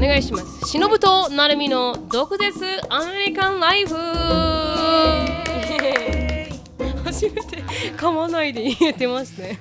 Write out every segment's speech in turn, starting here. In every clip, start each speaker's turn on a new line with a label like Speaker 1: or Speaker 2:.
Speaker 1: 願いしますしのぶとなるみの毒舌アメリカンライフ初めて噛まないで言えてますね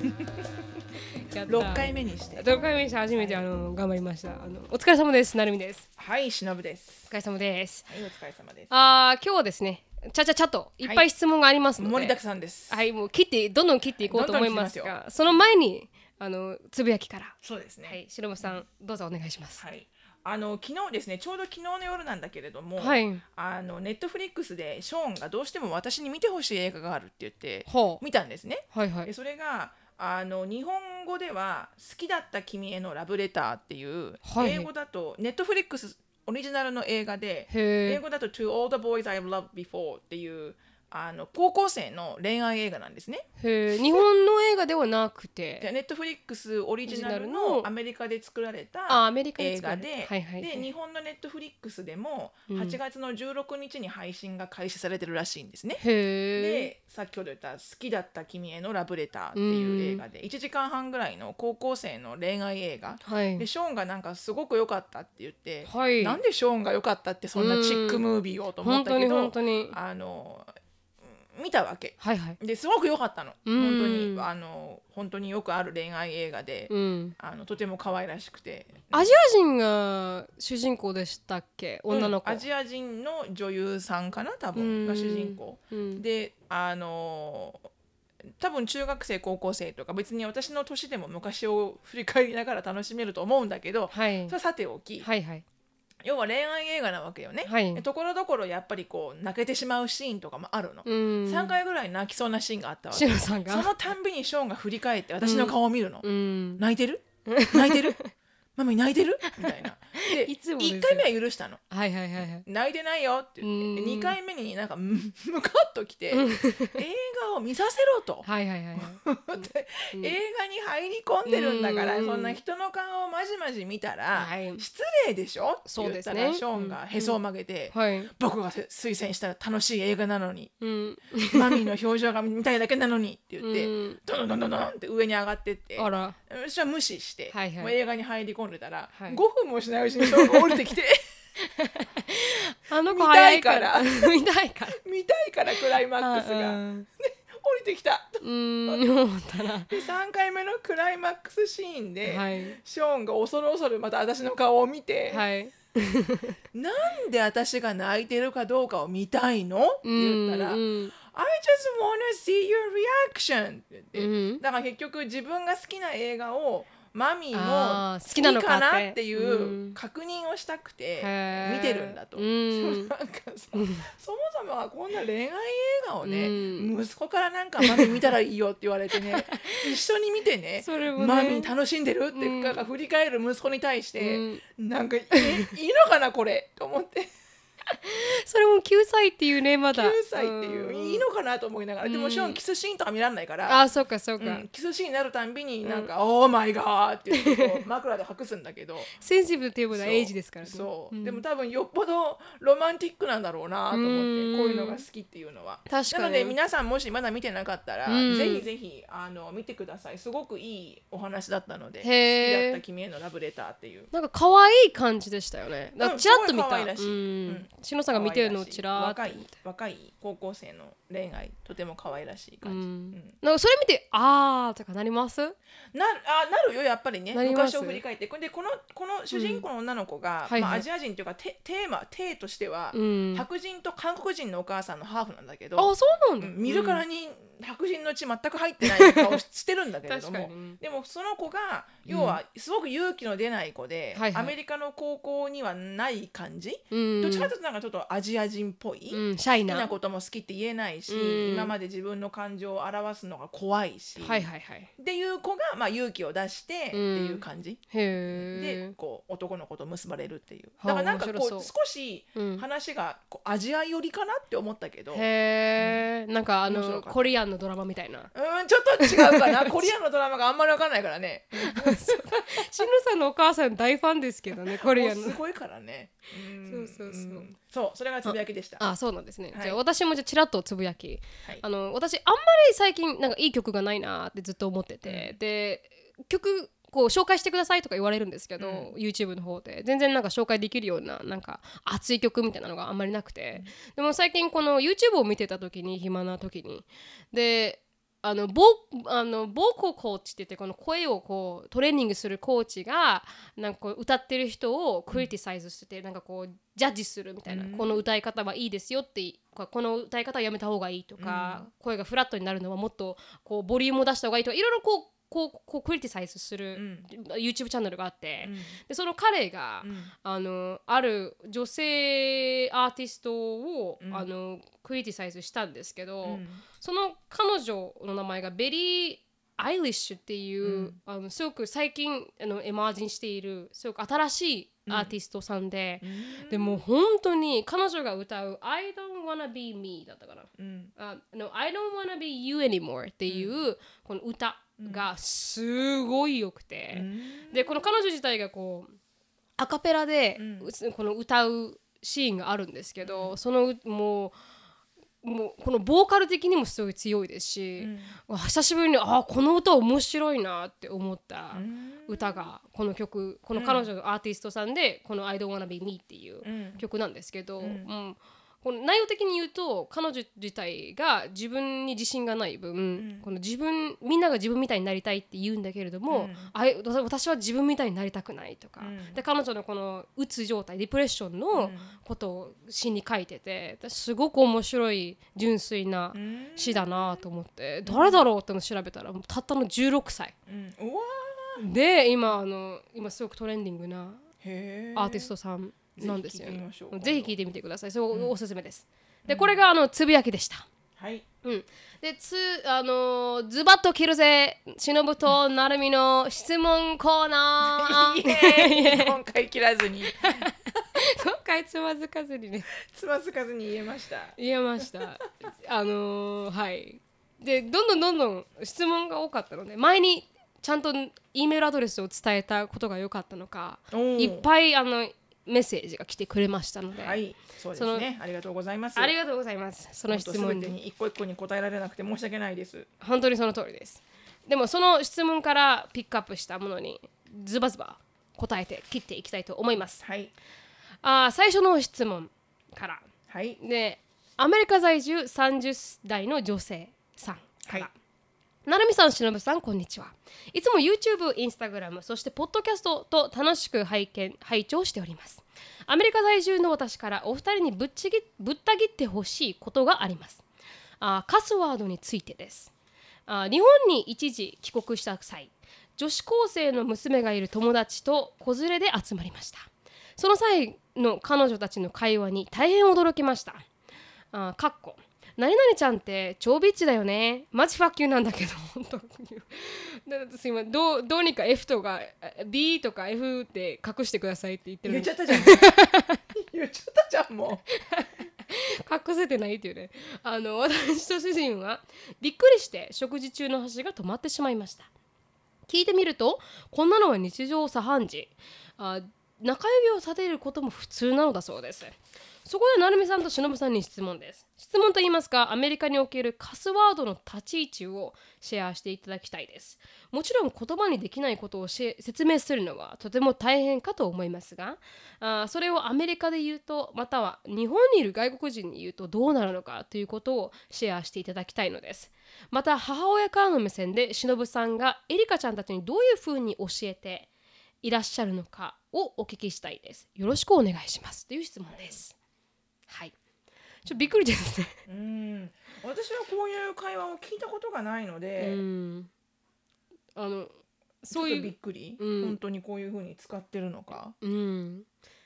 Speaker 1: やった
Speaker 2: 六回目にして。
Speaker 1: 6回目にして初めてあの頑張りましたあのお疲れ様ですなるみです
Speaker 2: はい、しのぶです。
Speaker 1: お疲れ様です
Speaker 2: はい、お疲れ様です。
Speaker 1: あー今日はですねちゃちゃちゃといっぱい質問がありますので、
Speaker 2: 盛りだくさんです。
Speaker 1: はい、もう切ってどんどん切っていこうと思いますが
Speaker 2: どんどん切
Speaker 1: その前にあのつぶやきから
Speaker 2: そうですね。
Speaker 1: はい白間さんどうぞお願いします
Speaker 2: はい。あの昨日ですね、ちょうど昨日の夜なんだけれども、
Speaker 1: はい
Speaker 2: あのネットフリックスでショーンがどうしても私に見てほしい映画があるって言って
Speaker 1: ほう
Speaker 2: 見たんですね。
Speaker 1: はいは
Speaker 2: で
Speaker 1: い
Speaker 2: それがあの日本語では「好きだった君へのラブレター」っていう、
Speaker 1: はい
Speaker 2: 英語だとネットフリックスオリジナルの映画で英
Speaker 1: へ
Speaker 2: 語だと「To All the Boys I've Loved Before」っていうあの高校生の恋愛映画なんですね。
Speaker 1: えへえ日本の映画ではなく
Speaker 2: で
Speaker 1: て
Speaker 2: ネットフリックスオリジナル
Speaker 1: オリジナル
Speaker 2: の
Speaker 1: の
Speaker 2: アメリカで作られ
Speaker 1: あ
Speaker 2: た
Speaker 1: アメリカで
Speaker 2: 映
Speaker 1: 作られ
Speaker 2: 画
Speaker 1: た
Speaker 2: で,、
Speaker 1: はいはい
Speaker 2: で日本のネットフリックスでも
Speaker 1: うん
Speaker 2: 8月の16日に配信が開始されてるらしいんですね。
Speaker 1: へえ
Speaker 2: で先ほど言った「好きだった君へのラブレター」っていう映画で1時間半ぐらいの高校生の恋愛映画
Speaker 1: はい
Speaker 2: でショーンがなんかすごく良かったって言って、
Speaker 1: はい
Speaker 2: なんでショーンが良かったってそんなチックムービーをと思
Speaker 1: 本
Speaker 2: った
Speaker 1: 当
Speaker 2: け
Speaker 1: に
Speaker 2: ど
Speaker 1: 本当に
Speaker 2: あの見たわけ
Speaker 1: はいはい
Speaker 2: ですごく良かったの本
Speaker 1: うん
Speaker 2: 当にあの本当によくある恋愛映画で、
Speaker 1: うん
Speaker 2: あのとても可愛らしくて
Speaker 1: アジア人が主人公でしたっけ女の子、
Speaker 2: うんアジア人の女優さんかな多
Speaker 1: うん
Speaker 2: 分が主人公。
Speaker 1: うん
Speaker 2: であのー多分中学生高校生とか別に私の年でも昔を振り返りながら楽しめると思うんだけど
Speaker 1: はい
Speaker 2: それはさておき、
Speaker 1: はいはい
Speaker 2: 要は恋愛映画なわけよね、
Speaker 1: はい
Speaker 2: でところどころやっぱりこう泣けてしまうシーンとかもあるの、
Speaker 1: うん
Speaker 2: 3回ぐらい泣きそうなシーンがあったわけ
Speaker 1: 白さん
Speaker 2: そ
Speaker 1: が
Speaker 2: のたんびにショーンが振り返って私の顔を見るの、
Speaker 1: うん
Speaker 2: 泣いてる泣いてるマミ泣いてるみた いなで
Speaker 1: いつもですよ
Speaker 2: 1回目は許したの
Speaker 1: はいはいはいはい
Speaker 2: 泣いてないよって言って
Speaker 1: うん
Speaker 2: 2回目になんかうんムカッときて映
Speaker 1: うん
Speaker 2: 画を見させろと
Speaker 1: はいはいはいはい
Speaker 2: 映画に入り込んでるんだから
Speaker 1: うん
Speaker 2: そんな人の顔をまじまじ見たら
Speaker 1: はい
Speaker 2: 失礼でしょって言った
Speaker 1: そうです
Speaker 2: ら
Speaker 1: ね
Speaker 2: ショーンがへそを曲げて
Speaker 1: はい
Speaker 2: 僕がせ推薦した楽しい映画なのに
Speaker 1: うん
Speaker 2: マミーの表情が見たいだけなのにって言って
Speaker 1: うん
Speaker 2: ドンドンドンドンって上に上がってって
Speaker 1: あら
Speaker 2: 私は無視して
Speaker 1: はいはい
Speaker 2: もう映画に入り込んでたら
Speaker 1: はい
Speaker 2: 5分もしないうちにショーンが降りて きて
Speaker 1: あの子
Speaker 2: 見た
Speaker 1: 早い
Speaker 2: い
Speaker 1: か
Speaker 2: からら
Speaker 1: 見たいから
Speaker 2: 見たいからクライマックスが降りてきた
Speaker 1: うーん思ったな
Speaker 2: で3回目のクライマックスシーンで、
Speaker 1: はい
Speaker 2: ショーンが恐る恐るまた私の顔を見て、
Speaker 1: はい
Speaker 2: なんで私が泣いてるかどうかを見たいのって言ったら「
Speaker 1: うん
Speaker 2: I just wanna
Speaker 1: うん
Speaker 2: see your reaction」って言って、
Speaker 1: うん
Speaker 2: だから結局自分が好きな映画をマミー
Speaker 1: あ
Speaker 2: も
Speaker 1: ー好きなのかっ
Speaker 2: 好き
Speaker 1: て
Speaker 2: かなってい
Speaker 1: うん
Speaker 2: う確認をしたくて
Speaker 1: へー
Speaker 2: 見てるんだと。
Speaker 1: う
Speaker 2: なん
Speaker 1: ん
Speaker 2: かさそもそもはこんな恋愛映画をね、
Speaker 1: う
Speaker 2: 息子からなんかマミ見たらいいよって言われ てね一緒に見てね
Speaker 1: それもね
Speaker 2: マミー楽しんでるって、
Speaker 1: うん
Speaker 2: なんか振り返る息子に対して、
Speaker 1: うん
Speaker 2: なんかいいいいのかなこれと思って
Speaker 1: それも9歳っていうねまだ
Speaker 2: 9歳っていう、
Speaker 1: ん
Speaker 2: いいのかなと思いながら、で
Speaker 1: う
Speaker 2: も
Speaker 1: ん
Speaker 2: ショーンキスシーンとか見られないから、
Speaker 1: あーそうかそう
Speaker 2: う
Speaker 1: か
Speaker 2: んキスシーンになるたんびになんか「オーマイガー」って言っ てこう枕で隠すんだけど。
Speaker 1: センシティブということは
Speaker 2: そう
Speaker 1: エイジですからね
Speaker 2: そう、
Speaker 1: うん
Speaker 2: でも多分よっぽどロマンティックなんだろうなと思って
Speaker 1: うん
Speaker 2: こういうのが好きっていうのは
Speaker 1: 確かに
Speaker 2: なので皆さんもしまだ見てなかったら、
Speaker 1: うん
Speaker 2: ぜひぜひあの見てくださいすごくいいお話だったので「好
Speaker 1: へー
Speaker 2: きだった君へのラブレター」っていう
Speaker 1: なんか可愛い感じでしたよねなんかちらっと見
Speaker 2: すごい可
Speaker 1: た
Speaker 2: 愛らしい
Speaker 1: うん
Speaker 2: うん
Speaker 1: しのさんが見てるのをちらっと
Speaker 2: 若い若い高校生の恋愛とても可愛らしい感じ、
Speaker 1: うん
Speaker 2: うん
Speaker 1: なんかそれ見てあーとかなります
Speaker 2: なあなるよやっぱりね
Speaker 1: なります
Speaker 2: 昔を振り返ってでこのこの主人公の女の子
Speaker 1: うん
Speaker 2: が、
Speaker 1: はいはい
Speaker 2: まあ、アジア人というかテテーマテーとしては、
Speaker 1: うんあ
Speaker 2: 白人と韓国人のお母さんのハーフなんだけど
Speaker 1: そうなん
Speaker 2: う
Speaker 1: だ
Speaker 2: ん見るからに白人の血全く入ってない顔してるんだけれども
Speaker 1: 確かに
Speaker 2: でもその子が要はすごく勇気の出ない子で、
Speaker 1: はいはい
Speaker 2: アメリカの高校にはない感じ、
Speaker 1: うん
Speaker 2: どっちかというとなんかちょっとアジア人っぽい、
Speaker 1: うんシャイ
Speaker 2: 好きな
Speaker 1: な
Speaker 2: ことも好きって言えないし、
Speaker 1: うん
Speaker 2: 今まで自分の感情を表すのが怖いし、
Speaker 1: はいはいはい
Speaker 2: っていう子が、まあ、勇気を出してっていう感じ、
Speaker 1: へ
Speaker 2: で
Speaker 1: え
Speaker 2: こう男の子と結ばれるっていう
Speaker 1: はあ
Speaker 2: だからなんか
Speaker 1: 面
Speaker 2: こ
Speaker 1: 白
Speaker 2: う
Speaker 1: そ
Speaker 2: 少し
Speaker 1: うん
Speaker 2: 話がこうアジア寄りかなって思ったけど。
Speaker 1: へえ、なんかあ
Speaker 2: 面白か
Speaker 1: の
Speaker 2: った
Speaker 1: コリアンのドラマみたい な
Speaker 2: うーん、ちょっと違うかな。コ リアンのドラマがあんまりわかんないからね。
Speaker 1: しのさんのお母さん大ファンですけどねコリ
Speaker 2: も
Speaker 1: ア
Speaker 2: う
Speaker 1: ン
Speaker 2: す
Speaker 1: の
Speaker 2: ごいからね。ん
Speaker 1: そうそうそうん
Speaker 2: そう、それがつぶやきでした。
Speaker 1: あそうなんですね、
Speaker 2: はい
Speaker 1: じゃあ私もじゃあちらっとつぶやき
Speaker 2: はい
Speaker 1: あの私あんまり最近なんかいい曲がないなーってずっと思ってて、で曲こう紹介してくださいとか言われるんですけど、YouTube の方で全然なんか紹介できるようななんか熱い曲みたいなのがあんまりなくて、でも最近この YouTube を見てた時に暇な時にであのボあのボーコーコーチって言ってこの声をこうトレーニングするコーチがなんかこう歌ってる人をクリティサイズしててなんかこうジャッジするみたいな、
Speaker 2: うん
Speaker 1: この歌い方はいいですよってこの歌い方はやめた方がいいとか、声がフラットになるのはもっとこうボリュームを出した方がいいとかいろいろこうこうこうクリティサイズする、
Speaker 2: うん
Speaker 1: YouTube チャンネルがあって、
Speaker 2: うん
Speaker 1: でその彼が、
Speaker 2: うん
Speaker 1: あのある女性アーティストを、
Speaker 2: うん
Speaker 1: あのクリティサイズしたんですけど、
Speaker 2: うん
Speaker 1: その彼女の名前がベリー・アイリッシュっていう、
Speaker 2: うん
Speaker 1: あのすごく最近あのエマージンしているすごく新しいアーティストさんで、でもう本当に彼女が歌う「I don't wanna be me」だったかな。
Speaker 2: うん
Speaker 1: あの「I don't wanna be you anymore」っていう、この歌がすごい良くて、でこの彼女自体がこうアカペラで、
Speaker 2: うん
Speaker 1: うつこの歌うシーンがあるんですけど、そのうもうもうこのボーカル的にもすごい強いですし、わ久しぶりにあーこの歌面白いなって思った歌がこの曲この彼女のアーティストさんで、この「I don't wanna be me」っていう
Speaker 2: うん
Speaker 1: 曲なんですけど、
Speaker 2: うん
Speaker 1: うんこの内容的に言うと彼女自体が自分に自信がない分、
Speaker 2: ん
Speaker 1: この自分みんなが自分みたいになりたいって言うんだけれども、
Speaker 2: うん
Speaker 1: あい私は自分みたいになりたくないとか、
Speaker 2: うん
Speaker 1: で彼女のこのうつ状態ディプレッション
Speaker 2: う
Speaker 1: の
Speaker 2: ん
Speaker 1: ことを詩に書いててすごく面白い純粋な
Speaker 2: うん
Speaker 1: 詩だなと思って、誰だろうっての調べたらもうたったの16歳
Speaker 2: うんうわ
Speaker 1: で今あの今すごくトレンディングな
Speaker 2: へ
Speaker 1: アーティス
Speaker 2: ト
Speaker 1: トさんなんですよね。ぜ
Speaker 2: ぜ
Speaker 1: ひ聞
Speaker 2: ひ聞いてみ
Speaker 1: いてみ
Speaker 2: ましょう
Speaker 1: てください。そう、おすすめです。で、これがあのつぶやきでした。
Speaker 2: はい
Speaker 1: うん。で、つ、あのーズバッと切るぜ、しのぶとなるみの質問コーナー。
Speaker 2: いえー今回切らずに
Speaker 1: 今回つまずかずにね、
Speaker 2: つまずかずに言えました
Speaker 1: 言えました。あのーはい。で、どんどんどんどん質問が多かったので、前にちゃんと E メールアドレスを伝えたことが良かったのか、いっぱいあのメッセージが来てくれましたので、
Speaker 2: はいそうですねありがとうございます
Speaker 1: ありがとうございます。その質問
Speaker 2: 本当全て
Speaker 1: に。
Speaker 2: に一個一個に答えられなくて申し訳ないです
Speaker 1: 本当にその通りですでもその質問からピックアップしたものにズバズバ答えて切っていきたいと思います
Speaker 2: はい
Speaker 1: あー最初の質問から
Speaker 2: はい
Speaker 1: でアメリカ在住30代の女性さんか
Speaker 2: は
Speaker 1: ら、
Speaker 2: い
Speaker 1: なるみさん、しのぶさん、こんにちは。いつも YouTube、Instagram、そしてポッドキャストと楽しく拝見、拝聴しております。アメリカ在住の私からお二人にぶっちぎぶった切ってほしいことがありますあー。カスワードについてです。あー日本に一時帰国した際、女子高生の娘がいる友達と子連れで集まりました。その際の彼女たちの会話に大変驚きました。あーかっこ何々ちゃんって超ビッチだよねマジファッキューなんだけど 本当にだ私今どうどうにか F とかえ B とか F って隠してくださいって言ってる
Speaker 2: 言
Speaker 1: のに
Speaker 2: っちゃったじゃん 言っちゃったじゃんも
Speaker 1: 隠せてないっていうねあの私と主人はびっくりして食事中の箸が止まってしまいました聞いてみるとこんなのは日常茶飯事あ中指を立てることも普通なのだそうですそこで成美さんと忍さんに質問です質問といいますかアメリカにおけるカスワードの立ち位置をシェアしていただきたいですもちろん言葉にできないことをし説明するのはとても大変かと思いますがあーそれをアメリカで言うとまたは日本にいる外国人に言うとどうなるのかということをシェアしていただきたいのですまた母親からの目線でしのぶさんがエリカちゃんたちにどういうふうに教えていらっしゃるのかをお聞きしたいですよろしくお願いしますという質問ですはいちょっとびっくりですね
Speaker 2: ううん私はこういう会話を聞いたことがないの
Speaker 1: う
Speaker 2: で、
Speaker 1: んあの
Speaker 2: ちょ
Speaker 1: そ
Speaker 2: っ
Speaker 1: う
Speaker 2: とび
Speaker 1: い
Speaker 2: っくり、
Speaker 1: うん
Speaker 2: 本当にこういうふうに使ってるのか、
Speaker 1: ううん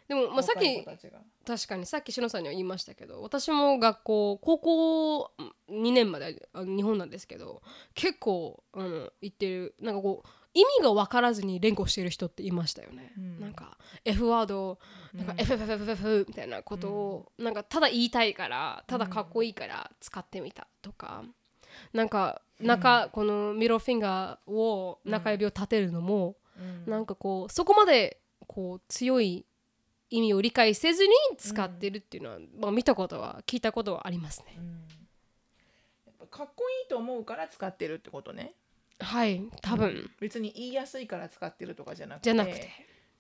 Speaker 1: でも、まあ、さっ
Speaker 2: 若い
Speaker 1: き
Speaker 2: 子たちが
Speaker 1: 確かにさっきしのさんには言いましたけど私も学校高校2年まであの日本なんですけど結構あの言ってるなんかこう意味が分からずに連呼してる人っていましたよね、
Speaker 2: うん
Speaker 1: なんか F ワードなんか
Speaker 2: うん
Speaker 1: FFFFF みたいなことを、なんかただ言いたいからただかっこいいから使ってみたとか、なんか中、このミロフィンガーを中指を立てるのも、
Speaker 2: うん
Speaker 1: なんかこうそこまでこう強い意味を理解せずに使ってるっていうのは、まあ、見たことは聞いたことはありますね。
Speaker 2: うんやっぱかっこいいと思うから使ってるってことね
Speaker 1: はい多分
Speaker 2: 別に言いやすいから使ってるとかじゃなくて
Speaker 1: じゃなくて、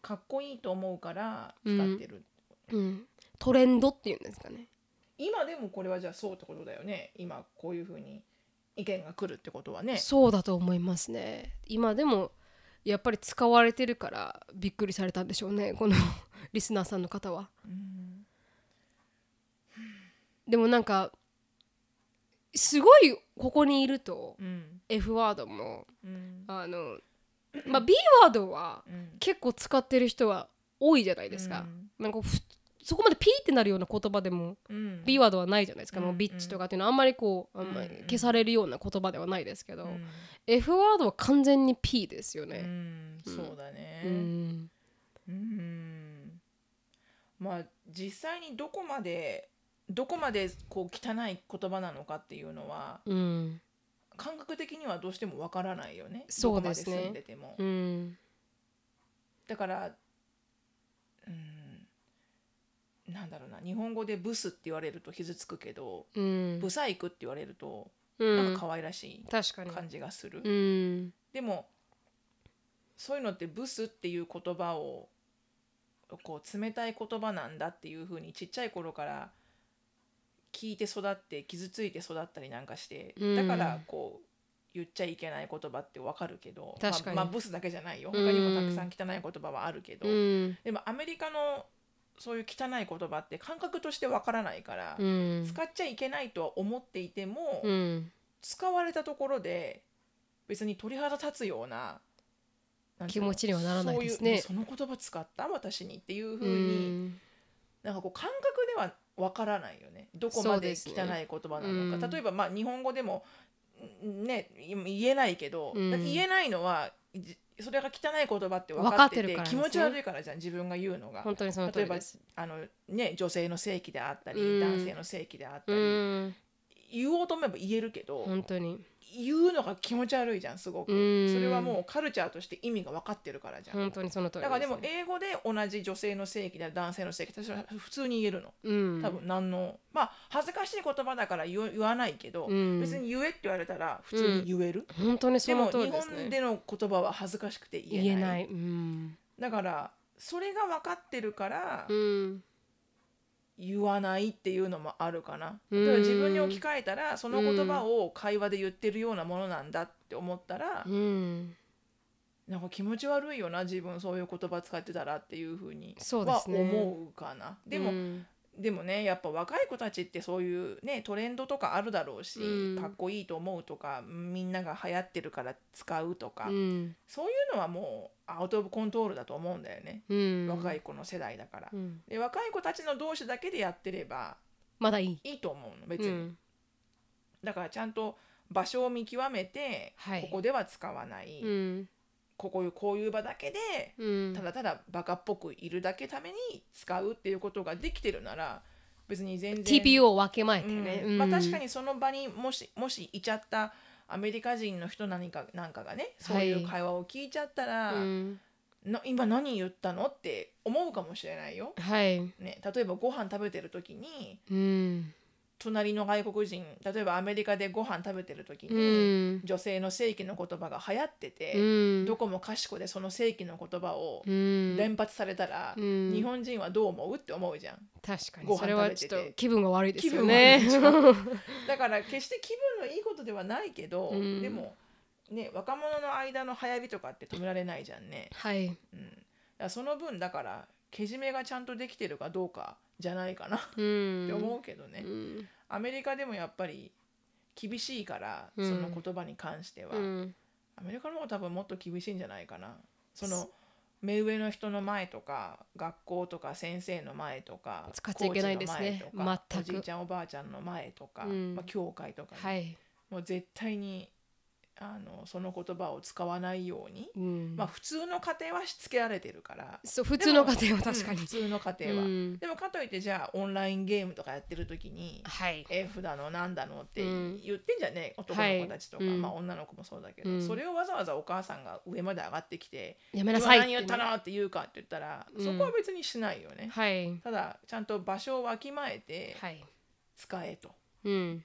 Speaker 2: かっこいいと思うから使ってる、
Speaker 1: うん、トレンドっていうんですかね
Speaker 2: 今でもこれはじゃあそうってことだよね今こういうふうに意見が来るってことはね
Speaker 1: そうだと思いますね今でもやっぱり使われてるからびっくりされたんでしょうねこの リスナーさんの方は
Speaker 2: うん
Speaker 1: でもなんかすごいここにいると
Speaker 2: うん
Speaker 1: F ワードも
Speaker 2: うん
Speaker 1: あの、まあ、B ワードは
Speaker 2: うん
Speaker 1: 結構使ってる人は多いじゃないですか、なんかふそこまでピーってなるような言葉でも
Speaker 2: うん、
Speaker 1: B ワードはないじゃないですか、もう
Speaker 2: うん
Speaker 1: ビッチとかっていうのはあんまりこうあんまり消されるような言葉ではないですけど、
Speaker 2: うん
Speaker 1: F ワードは完全に P ですよ
Speaker 2: う
Speaker 1: ね。
Speaker 2: んそうだね、
Speaker 1: うん
Speaker 2: うんまあ実際にどこまでどこまでこう汚い言葉なのかっていうのは
Speaker 1: うん
Speaker 2: 感覚的にはどうしてもわからないよね
Speaker 1: そうですね
Speaker 2: どこまで住んでても、
Speaker 1: うん
Speaker 2: だからうんなんだろうな日本語でブスって言われると傷つくけど、
Speaker 1: うん
Speaker 2: ブサイクって言われると
Speaker 1: う
Speaker 2: なん
Speaker 1: ん
Speaker 2: か可愛らし
Speaker 1: 確か
Speaker 2: い
Speaker 1: に。
Speaker 2: 感じがする、
Speaker 1: うん
Speaker 2: でもそういうのってブスっていう言葉をこう冷たい言葉なんだっていうふうにちっちゃい頃から聞いて育って傷ついて育ったりなんかして
Speaker 1: うん
Speaker 2: だからこう言っちゃいけない言葉ってわかるけど
Speaker 1: 確かに
Speaker 2: まあ、まあブスだけじゃないよ
Speaker 1: うん
Speaker 2: 他にもたくさん汚い言葉はあるけど、
Speaker 1: うん
Speaker 2: でもアメリカのそういう汚い言葉って感覚としてわからないから、
Speaker 1: うん
Speaker 2: 使っちゃいけないとは思っていても、
Speaker 1: うん
Speaker 2: 使われたところで別に鳥肌立つようななんていうの
Speaker 1: 気持ちにはならないですね
Speaker 2: そういうその言葉使った私にっていうふう
Speaker 1: う
Speaker 2: に、
Speaker 1: ん
Speaker 2: なんかこう感覚ではわからないよねどこ
Speaker 1: そ
Speaker 2: ま
Speaker 1: う
Speaker 2: で
Speaker 1: です
Speaker 2: 汚い
Speaker 1: ね
Speaker 2: 言葉なのか、
Speaker 1: うん
Speaker 2: 例えばまあ日本語でもんね言えないけど、
Speaker 1: うん
Speaker 2: だって言えないのはじそれが汚い言葉って分かってて
Speaker 1: 分かってるからです
Speaker 2: 気
Speaker 1: ね
Speaker 2: 持ち悪いからじゃん自分が言うのが
Speaker 1: 本当にその通りです。
Speaker 2: あの、ね、女性の性器であったり、
Speaker 1: うん
Speaker 2: 男性の性器であった
Speaker 1: う
Speaker 2: り、
Speaker 1: ん
Speaker 2: 言おうと思えば言えるけど、
Speaker 1: 本当に。
Speaker 2: 言うのが気持ち悪いじゃんすごく、
Speaker 1: うん
Speaker 2: それはもうカルチャーとして意味が分かってるからじゃん、
Speaker 1: 本当にその通り
Speaker 2: だ
Speaker 1: す
Speaker 2: からでも英語で同じ女性の性器で男性の性器私は普通に言えるの
Speaker 1: うん
Speaker 2: 多分何の、まあ恥ずかしい言葉だから言わ言わないけど、
Speaker 1: うん
Speaker 2: 別に言えって言われたら普通に言える、
Speaker 1: 本当にそ
Speaker 2: でも
Speaker 1: の通
Speaker 2: 日
Speaker 1: りです
Speaker 2: 本
Speaker 1: ね。
Speaker 2: での言葉は恥ずかしくて言え
Speaker 1: 言え
Speaker 2: な
Speaker 1: な
Speaker 2: い
Speaker 1: い。うん
Speaker 2: だからそれが分かってるから
Speaker 1: うん
Speaker 2: 言わないっていうのもあるかな、
Speaker 1: うん
Speaker 2: 例えば自分に置き換えたらその言葉を会話で言ってるようなものなんだって思ったら、
Speaker 1: うん
Speaker 2: なんか気持ち悪いよな自分そういう言葉使ってたらっていうふうに
Speaker 1: そうで
Speaker 2: は
Speaker 1: すね
Speaker 2: 思うかなでも、
Speaker 1: うん
Speaker 2: でもねやっぱ若い子たちってそういうねトレンドとかあるだろうし、
Speaker 1: うん
Speaker 2: かっこいいと思うとかみんなが流行ってるから使うとか、
Speaker 1: うん
Speaker 2: そういうのはもうアウト・オブ・コントロールだと思うんだよね、
Speaker 1: うん
Speaker 2: 若い子の世代だから。
Speaker 1: うん
Speaker 2: で若い子たちの同士だけでやってれば
Speaker 1: まだいい。
Speaker 2: いいと思うの別
Speaker 1: う
Speaker 2: に、
Speaker 1: ん
Speaker 2: だからちゃんと場所を見極めて、
Speaker 1: はい
Speaker 2: ここでは使わない、
Speaker 1: うん
Speaker 2: こここういう場だけで
Speaker 1: うん
Speaker 2: ただただバカっぽくいるだけために使うっていうことができてるなら別に全然
Speaker 1: TPO を分けまえて
Speaker 2: うん
Speaker 1: ね。
Speaker 2: まあ、
Speaker 1: うん
Speaker 2: 確かにその場にもしもしいちゃったアメリカ人の人何かなんかがねそうい
Speaker 1: はいう
Speaker 2: 会話を聞いちゃったら、
Speaker 1: うん
Speaker 2: な今何言ったのって思うかもしれないよ。
Speaker 1: はい。
Speaker 2: ね、例えばご飯食べてる時に
Speaker 1: うん
Speaker 2: 隣の外国人例えばアメリカでご飯食べてる時
Speaker 1: う
Speaker 2: に、
Speaker 1: ん
Speaker 2: 女性の正規の言葉が流行ってて、
Speaker 1: うん
Speaker 2: どこもかしこでその正規の言葉を
Speaker 1: うん
Speaker 2: 連発されたら、
Speaker 1: うん
Speaker 2: 日本人はどう思うって思うじゃん
Speaker 1: 確か
Speaker 2: ご
Speaker 1: に
Speaker 2: 飯
Speaker 1: それはちょ
Speaker 2: 食べ
Speaker 1: ってと
Speaker 2: て
Speaker 1: 気分が悪いですよ
Speaker 2: 気
Speaker 1: ね。
Speaker 2: 分悪いで だから決して気分のいいことではないけど、
Speaker 1: うん
Speaker 2: でもね若者の間の流行りとかって止められないじゃんね、
Speaker 1: はい。
Speaker 2: うん、だからその分だからけじめがちゃんとできてるかどうかじゃないかなっ
Speaker 1: うん
Speaker 2: て思うけどね、
Speaker 1: うん
Speaker 2: アメリカでもやっぱり厳しいから、
Speaker 1: うん
Speaker 2: その言葉に関しては、
Speaker 1: うん
Speaker 2: アメリカの方が多分もっと厳しいんじゃないかなその目上の人の前とか学校とか先生の前とか
Speaker 1: 使っちゃいけないですね
Speaker 2: コーチの前と
Speaker 1: 全
Speaker 2: かお
Speaker 1: く
Speaker 2: じいちゃんおばあちゃんの前とか、
Speaker 1: うん
Speaker 2: まあ、教会とかね、
Speaker 1: はい。
Speaker 2: もう絶対にあのその言葉を使わないように、
Speaker 1: うん
Speaker 2: まあ普通の家庭はしつけられてるから
Speaker 1: そう普通の家庭は確か
Speaker 2: うん
Speaker 1: に
Speaker 2: 普。通の家庭は、
Speaker 1: うん
Speaker 2: でもかといってじゃあオンラインゲームとかやってる時に
Speaker 1: はい。
Speaker 2: F だのなんだのって
Speaker 1: うん
Speaker 2: 言ってんじゃねえ、男の子たちとか、
Speaker 1: はいうん
Speaker 2: まあ、女の子もそうだけど、
Speaker 1: うん
Speaker 2: それをわざわざお母さんが上まで上がってきて
Speaker 1: やめ
Speaker 2: 「
Speaker 1: な
Speaker 2: 今
Speaker 1: さい
Speaker 2: 何言った
Speaker 1: ね
Speaker 2: の?」って言うかって言ったら、
Speaker 1: うん
Speaker 2: そこは別にしないよね。
Speaker 1: はい。
Speaker 2: ただちゃんと場所をわきまえて
Speaker 1: はい。
Speaker 2: 使えと。
Speaker 1: うん。
Speaker 2: うん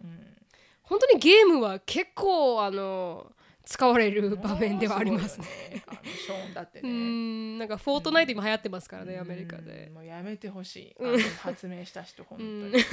Speaker 1: 本当にゲームは結構あの使われる場面ではありますね。
Speaker 2: ごいよね。あのショーンだって
Speaker 1: う
Speaker 2: ね。
Speaker 1: んなんかフォートナイト今流行ってますからね、アメリカ
Speaker 2: う
Speaker 1: で
Speaker 2: ん。もうやめてほしい。あ
Speaker 1: うん
Speaker 2: の発明した人本
Speaker 1: う
Speaker 2: 当
Speaker 1: ん
Speaker 2: に。
Speaker 1: 結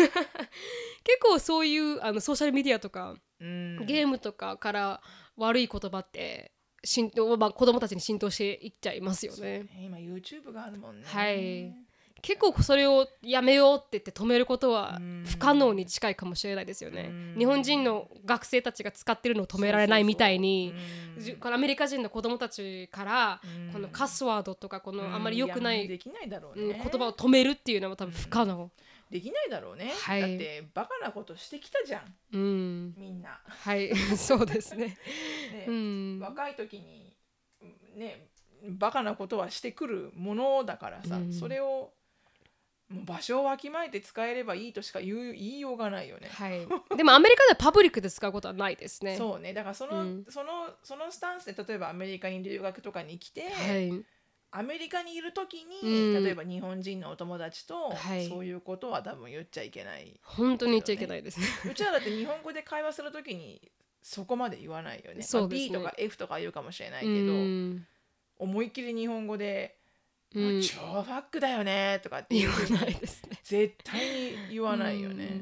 Speaker 1: 構そういうあのソーシャルメディアとか、
Speaker 2: うん
Speaker 1: ゲームとかから悪い言葉って浸透、まあ、子供たちに浸透していっちゃいますよね。
Speaker 2: 今 YouTube があるもんね。
Speaker 1: はい結構それをやめようって言って止めることは
Speaker 2: うん
Speaker 1: 不可能に近いかもしれないですよね
Speaker 2: うん。
Speaker 1: 日本人の学生たちが使ってるのを止められないみたいに
Speaker 2: うん
Speaker 1: じこのアメリカ人の子供たちから
Speaker 2: うん
Speaker 1: このカスワードとかこのあんまり良くな
Speaker 2: や
Speaker 1: い
Speaker 2: できないだろう
Speaker 1: うん
Speaker 2: ね。
Speaker 1: 言葉を止めるっていうのは多分不可能。
Speaker 2: できないだろうね。
Speaker 1: はい
Speaker 2: だってバカなことしてきたじゃん
Speaker 1: うん、
Speaker 2: みんな。
Speaker 1: はい、そうですね。
Speaker 2: ね
Speaker 1: うん、
Speaker 2: 若い時にねバカなことはしてくるものだからさ、
Speaker 1: うん
Speaker 2: それをもう場所をわきまえて使えればいいとしか言う言いようがないよね。
Speaker 1: はい。でもアメリカではパブリックで使うことはないですね。
Speaker 2: そうねだからその,、
Speaker 1: うん
Speaker 2: そのそのスタンスで例えばアメリカに留学とかに来て、
Speaker 1: はい。
Speaker 2: アメリカにいる時に、
Speaker 1: うん
Speaker 2: 例えば日本人のお友達と、
Speaker 1: はい
Speaker 2: そういうことは多分言っちゃいけない
Speaker 1: 本当に言っちゃいけないですね。
Speaker 2: うちらだって日本語で会話するときにそこまで言わないよね。
Speaker 1: そう
Speaker 2: ま
Speaker 1: で
Speaker 2: あ
Speaker 1: す
Speaker 2: B
Speaker 1: ね
Speaker 2: とか F とか言うかもしれないけ
Speaker 1: う
Speaker 2: ど、
Speaker 1: ん。
Speaker 2: 思いっきり日本語で「
Speaker 1: う
Speaker 2: もうん超ファックだよね」とかって
Speaker 1: 言
Speaker 2: 言う
Speaker 1: わないですね。
Speaker 2: 絶対に言わないよね。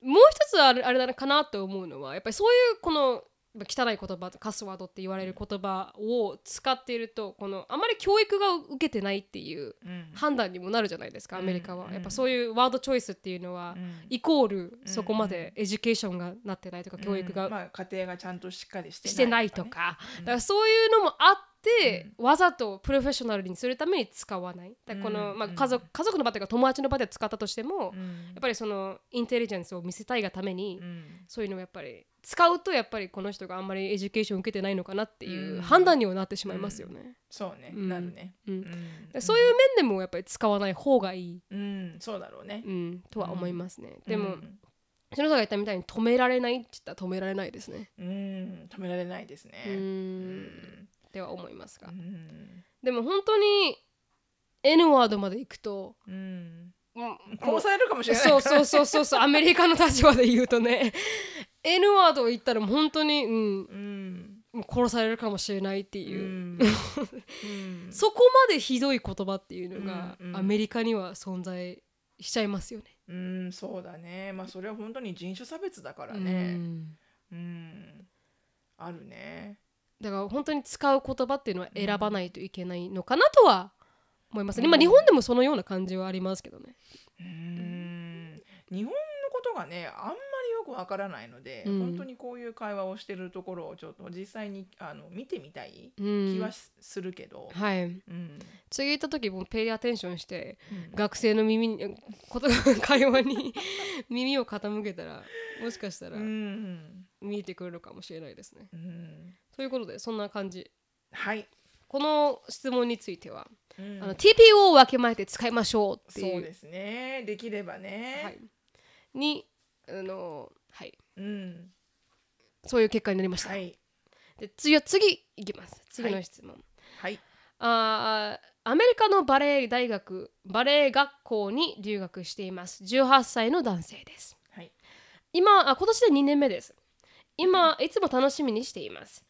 Speaker 1: もう一つあるあれだかなと思うのはやっぱりそういうこのまあ汚い言葉カスワードって言われる言葉を使っているとこのあまり教育が受けてないっていう
Speaker 2: うんうん
Speaker 1: 判断にもなるじゃないですかアメリカ
Speaker 2: う
Speaker 1: は
Speaker 2: ん
Speaker 1: やっぱそういうワードチョイスっていうのはイコールそこまでエデュケーションがなってないとか教育
Speaker 2: うん
Speaker 1: が
Speaker 2: まあ、家庭がちゃんとしっかりして
Speaker 1: してないとか
Speaker 2: うん
Speaker 1: だからそういうのもあって、わざとプロフェッショナルにするために使わないだからこの、
Speaker 2: うん
Speaker 1: まあ、
Speaker 2: うん
Speaker 1: 家族家族の場というか友達の場で使ったとしても、
Speaker 2: ね、
Speaker 1: や
Speaker 2: うん
Speaker 1: っぱりそのインテリジェンスを見せたいがために、
Speaker 2: うん
Speaker 1: そういうのをやっぱり使うとやっぱりこの人があんまりエデュケーションを受けてないのかなっていううん判断にはなってしまいますよね。
Speaker 2: そうね、
Speaker 1: うん
Speaker 2: なるね、
Speaker 1: うん
Speaker 2: う
Speaker 1: だか
Speaker 2: ん
Speaker 1: らそういう面でもやっぱり使わない方がいい、
Speaker 2: うん、そうだろうね
Speaker 1: う。ん、とは思いますね。でも、
Speaker 2: うん
Speaker 1: 篠田が言ったみたいに止められないって言ったら止められないですね。
Speaker 2: うん、止められないです
Speaker 1: う
Speaker 2: ね。うんん
Speaker 1: では思いますが
Speaker 2: う。ん
Speaker 1: でも本当に N ワードまで行くと、
Speaker 2: うん
Speaker 1: も
Speaker 2: 殺されるかもしれないか
Speaker 1: そ
Speaker 2: ら
Speaker 1: うそうそうそうそうアメリカの立場で言うとね N ワードを言ったらもう本当に、うん、
Speaker 2: うん
Speaker 1: もう殺されるかもしれないって
Speaker 2: う
Speaker 1: いう、
Speaker 2: んうん
Speaker 1: そこまでひどい言葉っていうのが、
Speaker 2: うんうん
Speaker 1: アメリカには存在しちゃいますよね。
Speaker 2: うんそうだねまあそれは本当に人種差別だから
Speaker 1: う
Speaker 2: ね
Speaker 1: ん
Speaker 2: うん、あるね
Speaker 1: だから本当に使う言葉っていうのは選ばないといけないのかなとは思いますね。今日本でもそのような感じはありますけどね。
Speaker 2: うん日本のことがねあんまりよくわからないので、
Speaker 1: うん
Speaker 2: 本当にこういう会話をしてるところをちょっと実際にあの見てみたい
Speaker 1: うん
Speaker 2: 気はしするけど、
Speaker 1: はい、
Speaker 2: うん
Speaker 1: 次行った時もペイアテンションして
Speaker 2: うん
Speaker 1: 学生の耳 にこと会話に耳を傾けたらもしかしたら
Speaker 2: うん
Speaker 1: 見えてくるのかもしれないですね。
Speaker 2: うん
Speaker 1: ということでそんな感じ
Speaker 2: はい、
Speaker 1: この質問については、
Speaker 2: うん
Speaker 1: あの TPO を分けまえて使いましょうってい
Speaker 2: そう
Speaker 1: う
Speaker 2: ですねできればね、
Speaker 1: はい、にあの、はい、
Speaker 2: うん
Speaker 1: そういう結果になりました。
Speaker 2: はい
Speaker 1: で次は次いきます次の質問。
Speaker 2: はい
Speaker 1: あーアメリカのバレエ大学バレエ学校に留学しています18歳の男性です。
Speaker 2: はい
Speaker 1: 今あ今年で2年目です今いつも楽しみにしています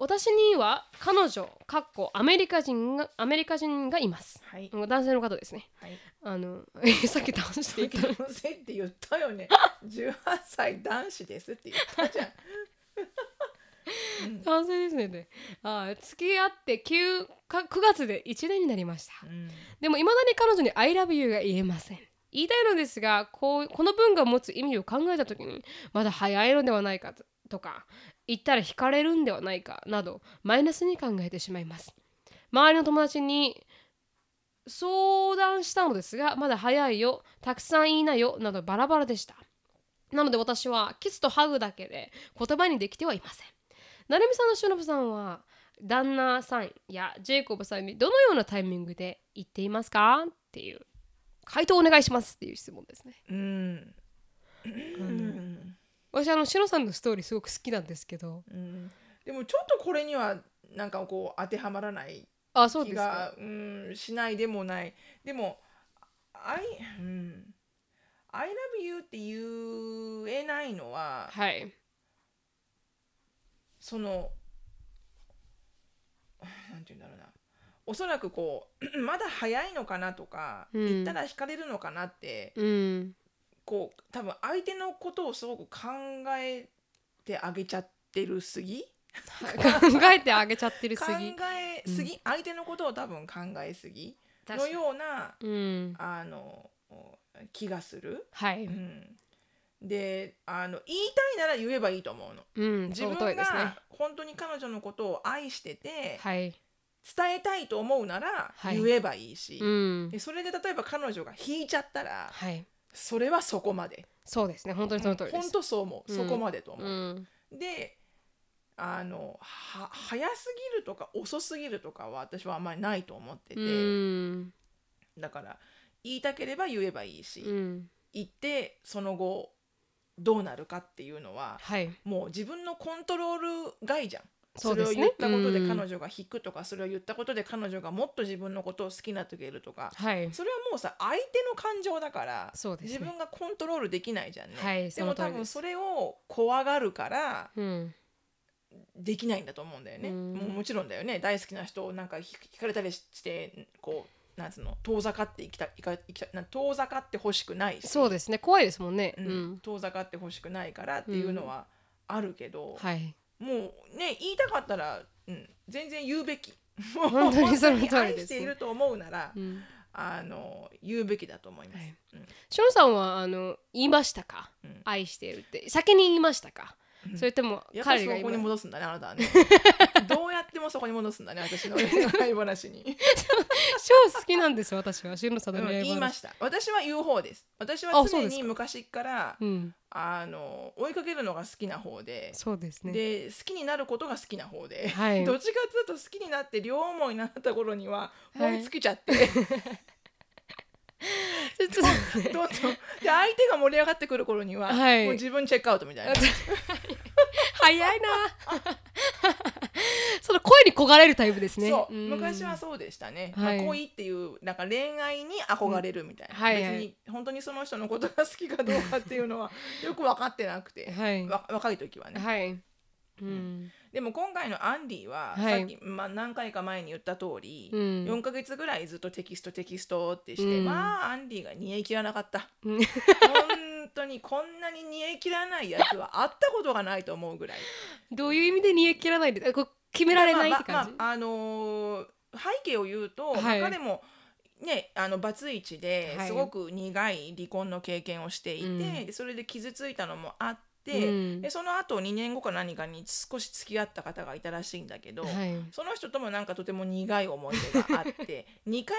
Speaker 1: 私には彼女かっこアメリカ人がアメリカ人がいます
Speaker 2: はい
Speaker 1: 男性の方ですね
Speaker 2: はい
Speaker 1: あの さっき倒していた
Speaker 2: 男性って言ったよね18歳男子ですって言ったじゃん、う ん
Speaker 1: 男性ですねであ付き合って 9, か9月で1年になりました
Speaker 2: うん
Speaker 1: でも未だに彼女に「I love you」が言えません言いたいのですがこうこの文が持つ意味を考えた時にまだ早いのではないかととか言ったら惹かれるんではないかなどマイナスに考えてしまいます周りの友達に相談したのですがまだ早いよたくさん言いなよなどバラバラでしたなので私はキスとハグだけで言葉にできてはいません成美さんのしのぶさんは旦那さんやジェイコブさんにどのようなタイミングで言っていますかっていう回答お願いしますっていう質問ですね。
Speaker 2: うんうん
Speaker 1: 私あのしのさんのストーリーすごく好きなんですけど
Speaker 2: うんでもちょっとこれにはなんかこう当てはまらない
Speaker 1: あそうで
Speaker 2: 気
Speaker 1: すか
Speaker 2: がうんしないでもないでも「I, うん、I love you」って言えないのは
Speaker 1: はい
Speaker 2: そのなんて言うんだろうなおそらくこう まだ早いのかなとか、
Speaker 1: うん
Speaker 2: 言ったら惹かれるのかなって
Speaker 1: うん
Speaker 2: こう多分相手のことをすごく考えてあげちゃってるすぎ
Speaker 1: 考えてあげちゃってる
Speaker 2: 考
Speaker 1: すぎ
Speaker 2: えすぎ、相手のことを多分考えすぎのような
Speaker 1: うん
Speaker 2: あの気がする。
Speaker 1: はい
Speaker 2: うん、であの言いたいなら言えばいいと思うの。
Speaker 1: うん
Speaker 2: 自
Speaker 1: その通り
Speaker 2: 分
Speaker 1: ですね
Speaker 2: が本当に彼女のことを愛してて、
Speaker 1: はい
Speaker 2: 伝えたいと思うなら
Speaker 1: はい
Speaker 2: 言えばいいし、
Speaker 1: うん
Speaker 2: でそれで例えば彼女が引いちゃったら
Speaker 1: はい
Speaker 2: それはそこまで
Speaker 1: そうですね本当にその通りで
Speaker 2: 本
Speaker 1: す
Speaker 2: 当そう思う、
Speaker 1: うん
Speaker 2: そこまでと
Speaker 1: う
Speaker 2: 思う。
Speaker 1: ん
Speaker 2: であのは早すぎるとか遅すぎるとかは私はあんまりないと思ってて、
Speaker 1: うん
Speaker 2: だから言いたければ言えばいいし、
Speaker 1: うん
Speaker 2: 言ってその後どうなるかっていうのは
Speaker 1: はい
Speaker 2: もう自分のコントロール外じゃん。
Speaker 1: そうですね
Speaker 2: れを言ったことで
Speaker 1: うん
Speaker 2: 彼女が引くとか、それを言ったことで彼女がもっと自分のことを好きになってくれるとか
Speaker 1: はい
Speaker 2: それはもうさ相手の感情だから、
Speaker 1: そうですね
Speaker 2: 自分がコントロールできないじゃんね、
Speaker 1: はい
Speaker 2: で
Speaker 1: そ
Speaker 2: も
Speaker 1: の通
Speaker 2: 多
Speaker 1: りで
Speaker 2: 分
Speaker 1: す
Speaker 2: それを怖がるから
Speaker 1: うん
Speaker 2: できないんだと思うんだよね、
Speaker 1: うん
Speaker 2: もうもちろんだよね大好きな人をなんかひ引かれたりしてこうなんつうの遠ざかっていきたいかいきたなん遠ざかってほしくないし
Speaker 1: そうですね怖いですもんねう
Speaker 2: うん
Speaker 1: ん
Speaker 2: 遠ざかってほしくないからっていうのはあるけど、
Speaker 1: はい
Speaker 2: もうね言いたかったら、うん、全然言うべき
Speaker 1: 本当にその通りです
Speaker 2: 本当に愛していると思うなら、
Speaker 1: うん
Speaker 2: あの言うべきだと思います、
Speaker 1: はい
Speaker 2: うん
Speaker 1: しのさんはあの言いましたか
Speaker 2: うん
Speaker 1: 愛しているって先に言いましたか
Speaker 2: うん
Speaker 1: それとも
Speaker 2: やっぱ
Speaker 1: 彼
Speaker 2: りそ
Speaker 1: が言い
Speaker 2: こに
Speaker 1: ま
Speaker 2: 戻すんだねあなた はねどうやってもそこに戻すんだね私の恋愛話に、
Speaker 1: 超好きなんです私はしのさん
Speaker 2: う
Speaker 1: の
Speaker 2: ん
Speaker 1: 恋愛話
Speaker 2: 言いました私は言う方です私は
Speaker 1: あそう
Speaker 2: 常
Speaker 1: です
Speaker 2: に
Speaker 1: か
Speaker 2: 昔から
Speaker 1: うん
Speaker 2: あの追いかけるのが好きな方で、
Speaker 1: そうですね
Speaker 2: で好きになることが好きな方で、
Speaker 1: はい
Speaker 2: どっちかっていうと好きになって両思いになった頃には
Speaker 1: はい
Speaker 2: 燃え尽きちゃって、
Speaker 1: ちょっと
Speaker 2: どんどんで相手が盛り上がってくる頃には、
Speaker 1: はい
Speaker 2: もう自分チェックアウトみたいな
Speaker 1: 早いな その声に焦がれるタイプですね
Speaker 2: そう、
Speaker 1: ん
Speaker 2: 昔はそうでしたね、
Speaker 1: はい
Speaker 2: まあ、恋っていうなんか恋愛に憧れるみたいな、
Speaker 1: うんはいはい
Speaker 2: 別に本当にその人のことが好きかどうかっていうのはよく分かってなくて、
Speaker 1: はい
Speaker 2: わ若い時はね、
Speaker 1: はいうん
Speaker 2: でも今回のアンディは、
Speaker 1: はい
Speaker 2: さっき、まあ、何回か前に言った通り、
Speaker 1: うん
Speaker 2: 4ヶ月ぐらいずっとテキストテキストってして、
Speaker 1: うん
Speaker 2: まあアンディが煮え切らなかった
Speaker 1: うん
Speaker 2: 本当にこんなに煮え切らないやつは会ったことがないと思うぐらい
Speaker 1: どういう意味で煮え切らないであこう決められないって感じ
Speaker 2: まあまあまああのー背景を言うと、
Speaker 1: はい
Speaker 2: まあ彼もねあのバツイチで
Speaker 1: はい
Speaker 2: すごく苦い離婚の経験をしていて、
Speaker 1: うん
Speaker 2: でそれで傷ついたのもあっ
Speaker 1: う
Speaker 2: て、
Speaker 1: ん
Speaker 2: でその後2年後か何かに少し付き合った方がいたらしいんだけど。
Speaker 1: はい
Speaker 2: その人ともなんかとても苦い思い出があって 2回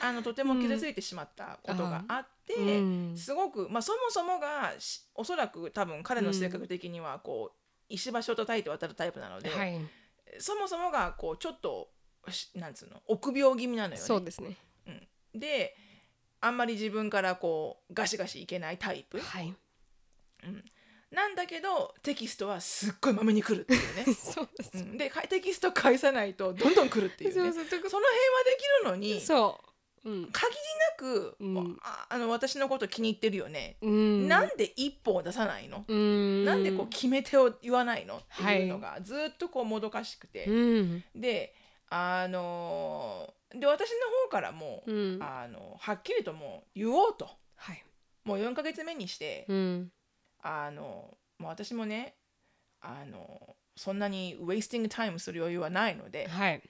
Speaker 2: あのとても傷ついてしまったことがあって、
Speaker 1: うん
Speaker 2: すごく、まあ、そもそもがしおそらく多分彼の性格的にはこう、石橋を叩いて渡るタイプなので、
Speaker 1: はい
Speaker 2: そもそもがこうちょっとしなんつうの臆病気味なのよね。
Speaker 1: そうですね
Speaker 2: であんまり自分からこうガシガシいけないタイプ、
Speaker 1: はい。
Speaker 2: うん、なんだけどテキストはすっごいまめに来るっていうね
Speaker 1: そうです
Speaker 2: うん、でかテキスト返さないとどんどん来るっていうね。そ
Speaker 1: そ
Speaker 2: の
Speaker 1: う
Speaker 2: 辺
Speaker 1: そ
Speaker 2: は
Speaker 1: うそう
Speaker 2: できるのに
Speaker 1: そううん
Speaker 2: 限りなく、
Speaker 1: うん
Speaker 2: ああの私のこと気に入ってるよね、
Speaker 1: うん
Speaker 2: なんで一歩を出さないの、
Speaker 1: うん
Speaker 2: なんでこう決め手を言わないのっていうのがずっとこうもどかしくて、
Speaker 1: うん
Speaker 2: であのーで私の方からも、
Speaker 1: うん
Speaker 2: あのはっきりともう言おうと
Speaker 1: はい
Speaker 2: もう4ヶ月目にして、
Speaker 1: うん
Speaker 2: あのもう私もねあのそんなにウェイスティングタイムする余裕はないので、
Speaker 1: はい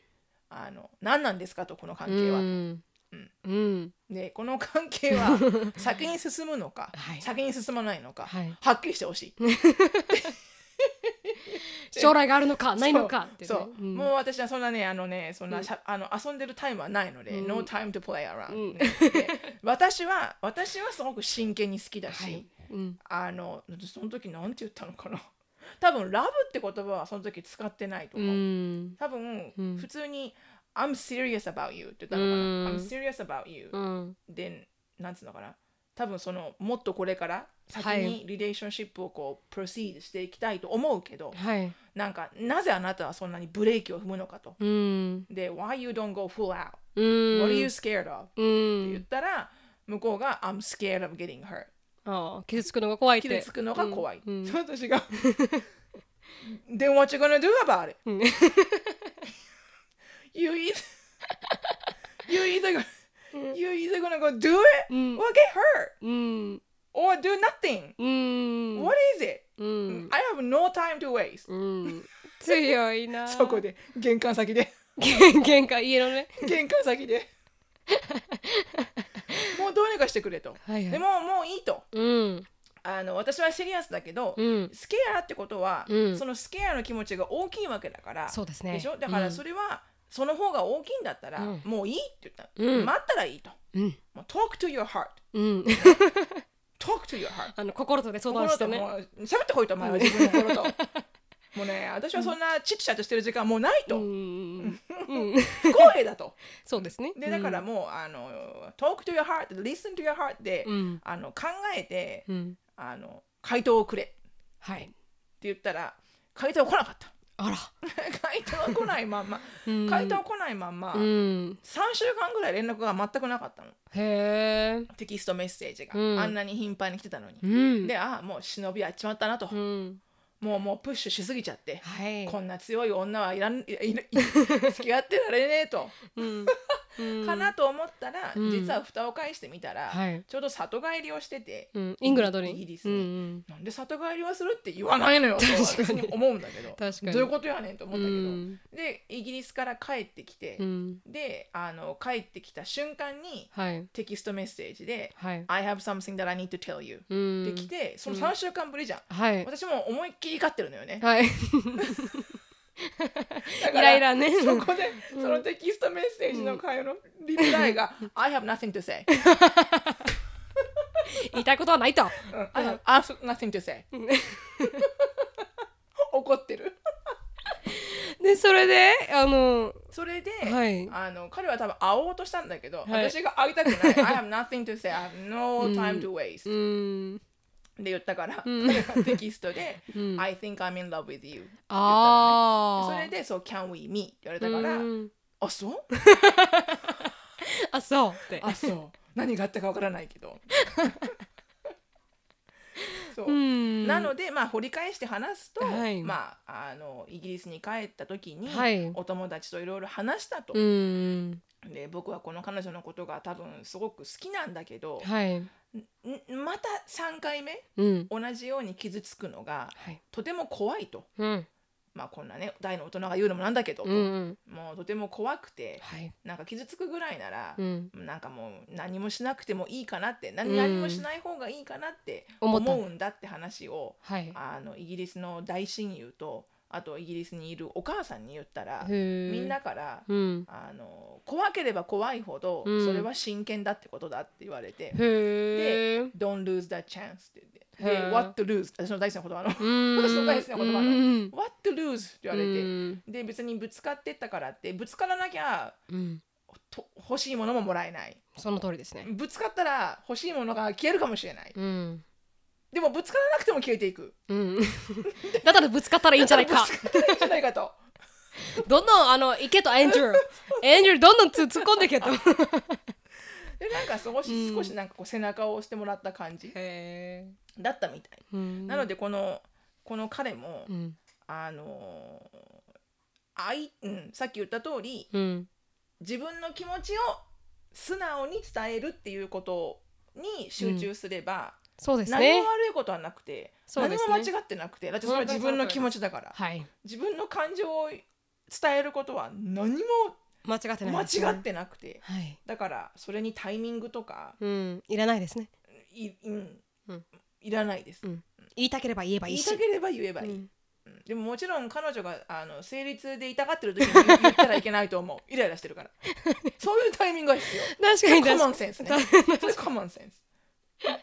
Speaker 2: あの何なんですかとこの関係は。
Speaker 1: うん
Speaker 2: うん
Speaker 1: うん
Speaker 2: でこの関 係は先に進むのか、
Speaker 1: はい
Speaker 2: 先に進まないのか、
Speaker 1: はい
Speaker 2: はっきりしてほしい。
Speaker 1: 将来があるのかないのかってね
Speaker 2: そう、
Speaker 1: ん
Speaker 2: もう私はそんなねあのねそんなしゃ、あの遊んでるタイムはないので、
Speaker 1: うん
Speaker 2: no time to play around、
Speaker 1: うん
Speaker 2: ねで私は私はすごく真剣に好きだし、
Speaker 1: はいうん
Speaker 2: あのその時なんて言ったのかな多分ラブって言葉はその時使ってないと
Speaker 1: う
Speaker 2: 思う、
Speaker 1: ん
Speaker 2: 多分、
Speaker 1: うん
Speaker 2: 普通に I'm serious about you って言ったのかな、
Speaker 1: うん
Speaker 2: I'm serious about you、
Speaker 1: うん
Speaker 2: でなんつうのかな多分そのもっとこれから先
Speaker 1: はい
Speaker 2: にリレーションシップをこうプロシードしていきたいと思うけど、
Speaker 1: はい
Speaker 2: なんかなぜあなたはそんなにブレーキを踏むのかと。
Speaker 1: うん
Speaker 2: で、Why you don't go full out?、
Speaker 1: うん
Speaker 2: What are you scared of?、
Speaker 1: う
Speaker 2: って言っ
Speaker 1: ん
Speaker 2: たら向こうが I'm scared of getting hurt
Speaker 1: ああ傷つくのが怖いって
Speaker 2: 傷つくのが怖い。
Speaker 1: うんうん
Speaker 2: 私が Then what you gonna do about it?
Speaker 1: うん
Speaker 2: You either you either gonna-
Speaker 1: うん
Speaker 2: you either gonna go do it
Speaker 1: うん
Speaker 2: or get hurt
Speaker 1: うん
Speaker 2: or do nothing.
Speaker 1: うん
Speaker 2: What is it?
Speaker 1: うん
Speaker 2: I have no time to waste.
Speaker 1: うん強い な
Speaker 2: そこ で玄関 先で
Speaker 1: 喧嘩家のね
Speaker 2: 玄関 先でもうどうにかしてくれと。
Speaker 1: はいは
Speaker 2: で
Speaker 1: い
Speaker 2: ももういいと。
Speaker 1: うん
Speaker 2: あの私はシリアスだけど、
Speaker 1: うん
Speaker 2: スケアってことは、
Speaker 1: うん
Speaker 2: そのスケアの気持ちが大きいわけだから。
Speaker 1: そうですね
Speaker 2: でしょだからそ
Speaker 1: れ
Speaker 2: れは、その方が大きいんだったら、
Speaker 1: うん
Speaker 2: もういいって言った、
Speaker 1: うん
Speaker 2: 待ったらいいと
Speaker 1: うん
Speaker 2: もう talk to your heart
Speaker 1: うん
Speaker 2: talk to your heart
Speaker 1: あの心とね相談してね
Speaker 2: 心ともう喋ってこいとお前は自分の心 ともうね私はそんなチッチャとしてる時間はもうないと、
Speaker 1: うんうんうん
Speaker 2: 不公平だと
Speaker 1: そうですね
Speaker 2: でだからもう、あの talk to your heart listen to your heart で、
Speaker 1: うん
Speaker 2: あの考えて
Speaker 1: うん
Speaker 2: あの回答をくれって
Speaker 1: はい
Speaker 2: 言ったら回答は来なかった
Speaker 1: あら
Speaker 2: 回答は来ないまんま
Speaker 1: うん
Speaker 2: 回答は来ないまんま、
Speaker 1: うん
Speaker 2: 3週間ぐらい連絡が全くなかったの
Speaker 1: へえ
Speaker 2: テキストメッセージが、
Speaker 1: うん
Speaker 2: あんなに頻繁に来てたのに、
Speaker 1: うん
Speaker 2: でああもう忍びやっちまったなと、
Speaker 1: うん
Speaker 2: もうもうプッシュしすぎちゃって、
Speaker 1: はい
Speaker 2: こんな強い女はいらんい い付き合ってられねえと、
Speaker 1: うん
Speaker 2: かなと思ったら、
Speaker 1: うん
Speaker 2: 実は蓋を返してみたら、
Speaker 1: はい
Speaker 2: ちょうど里帰りをしてて、
Speaker 1: うんイングランドに
Speaker 2: イギリス
Speaker 1: う
Speaker 2: に
Speaker 1: ん
Speaker 2: なんで里帰りはするって言わないのよ と
Speaker 1: 確か
Speaker 2: 私
Speaker 1: に
Speaker 2: に思うんだけど
Speaker 1: 確かに
Speaker 2: どういうことやねんと思
Speaker 1: う
Speaker 2: ったけど、
Speaker 1: ん
Speaker 2: でイギリスから帰ってきて
Speaker 1: う、ん
Speaker 2: であの帰ってきた瞬間に
Speaker 1: はい
Speaker 2: テキストメッセージで
Speaker 1: はい
Speaker 2: 「I have something that I need to tell you」
Speaker 1: うん
Speaker 2: できて、その
Speaker 1: うん
Speaker 2: 3週間ぶりじゃん、
Speaker 1: はい
Speaker 2: 私も思いっきり怒ってるのよね、
Speaker 1: はいイ
Speaker 2: だから
Speaker 1: ライラね
Speaker 2: そこで、そのテキストメッセージの会話のリプライが、I have nothing to say、
Speaker 1: 言いたいことはないと
Speaker 2: I have absolutely nothing to say 怒ってる
Speaker 1: でそれであの
Speaker 2: それで、
Speaker 1: はい
Speaker 2: あの彼は多分会おうとしたんだけど、
Speaker 1: はい
Speaker 2: 私が会いた くない I have nothing to say I have no time to waste、
Speaker 1: う
Speaker 2: で
Speaker 1: ん
Speaker 2: 言ったから、
Speaker 1: うん
Speaker 2: 彼がテキストで、
Speaker 1: うん
Speaker 2: I think I'm in love with you
Speaker 1: ああ
Speaker 2: それでそう Can we meet って言われたから、
Speaker 1: うん
Speaker 2: あそう
Speaker 1: あそうって
Speaker 2: あそう何があったかわからないけ どそう、
Speaker 1: うん
Speaker 2: なので、まあ、掘り返して話すと、
Speaker 1: はい
Speaker 2: まあ、あのイギリスに帰った時に、
Speaker 1: はい
Speaker 2: お友達といろいろ話したと、
Speaker 1: うん
Speaker 2: で僕はこの彼女のことが多分すごく好きなんだけど、
Speaker 1: はい
Speaker 2: んまた3回目
Speaker 1: うん
Speaker 2: 同じように傷つくのが
Speaker 1: はい
Speaker 2: とても怖いと、
Speaker 1: うん
Speaker 2: まあ、こんなね大の大人が言うのもなんだけど、と
Speaker 1: うんうん
Speaker 2: もうとても怖くて
Speaker 1: はい
Speaker 2: なんか傷つくぐらいなら
Speaker 1: う、ん
Speaker 2: なんかもう何もしなくてもいいかなって
Speaker 1: うん
Speaker 2: 何何もしない方がいいかなって
Speaker 1: 思
Speaker 2: 思
Speaker 1: った
Speaker 2: うんだって話を。
Speaker 1: はい
Speaker 2: あのイギリスの大親友とあとイギリスにいるお母さんに言ったらみ
Speaker 1: み
Speaker 2: んなから
Speaker 1: うん
Speaker 2: あの怖ければ怖いほど
Speaker 1: うん
Speaker 2: それは真剣だってことだって言われて
Speaker 1: へえ
Speaker 2: 「Don't lose that chance」って言って
Speaker 1: へ
Speaker 2: で
Speaker 1: ー
Speaker 2: 「What to lose」私の大好きな言葉の
Speaker 1: うん
Speaker 2: 私の大好きな言葉なの
Speaker 1: うん
Speaker 2: 「What to lose」って言われ
Speaker 1: う
Speaker 2: て
Speaker 1: ん
Speaker 2: で別にぶつかってったからってぶつからなきゃ
Speaker 1: うん
Speaker 2: と欲しいものももらえない
Speaker 1: その通りですね
Speaker 2: ぶつかったら欲しいものが消えるかもしれない
Speaker 1: うん
Speaker 2: でもぶつからなくても消えていく
Speaker 1: うんだったらぶつかったらいいんじゃないか
Speaker 2: ぶつったらいいんじゃないかと。
Speaker 1: どんどんあの行けとエンジェ ルエンジェルどんどんつ突っ込んでいけと
Speaker 2: でなんか少し、
Speaker 1: うん
Speaker 2: 少しなんかこう背中を押してもらった感じ
Speaker 1: へ
Speaker 2: だったみたい、
Speaker 1: え
Speaker 2: なの
Speaker 1: で
Speaker 2: でこのこの彼も、
Speaker 1: うん
Speaker 2: あのーあいうん、さっき言った通り
Speaker 1: うん
Speaker 2: 自分の気持ちを素直に伝えるっていうことに集中すれば、
Speaker 1: そうです
Speaker 2: 何
Speaker 1: ね
Speaker 2: も悪いことはなくて、
Speaker 1: そう
Speaker 2: 何
Speaker 1: で
Speaker 2: も
Speaker 1: す
Speaker 2: 間
Speaker 1: ね
Speaker 2: 違ってなくてだってそれは自分の気持ちだから
Speaker 1: はい
Speaker 2: 自分の感情を伝えることは何も
Speaker 1: 間違ってない
Speaker 2: 間
Speaker 1: ですね
Speaker 2: 違ってなくて
Speaker 1: はい
Speaker 2: だからそれにタイミングとか
Speaker 1: うんいらないですね
Speaker 2: い,、うん
Speaker 1: うん
Speaker 2: いらないです。
Speaker 1: 言いたければ言えばい
Speaker 2: 言
Speaker 1: い
Speaker 2: い
Speaker 1: した
Speaker 2: ければ言えばいい、
Speaker 1: うん
Speaker 2: うんでももちろん彼女があの生理痛で痛がってる時に言言ったらいけないと思う イライラしてるからそういうタイミングが必要
Speaker 1: 確
Speaker 2: そ
Speaker 1: か
Speaker 2: れ
Speaker 1: に確
Speaker 2: コ
Speaker 1: かに
Speaker 2: モンセンスねそれコモンセンス、
Speaker 1: あ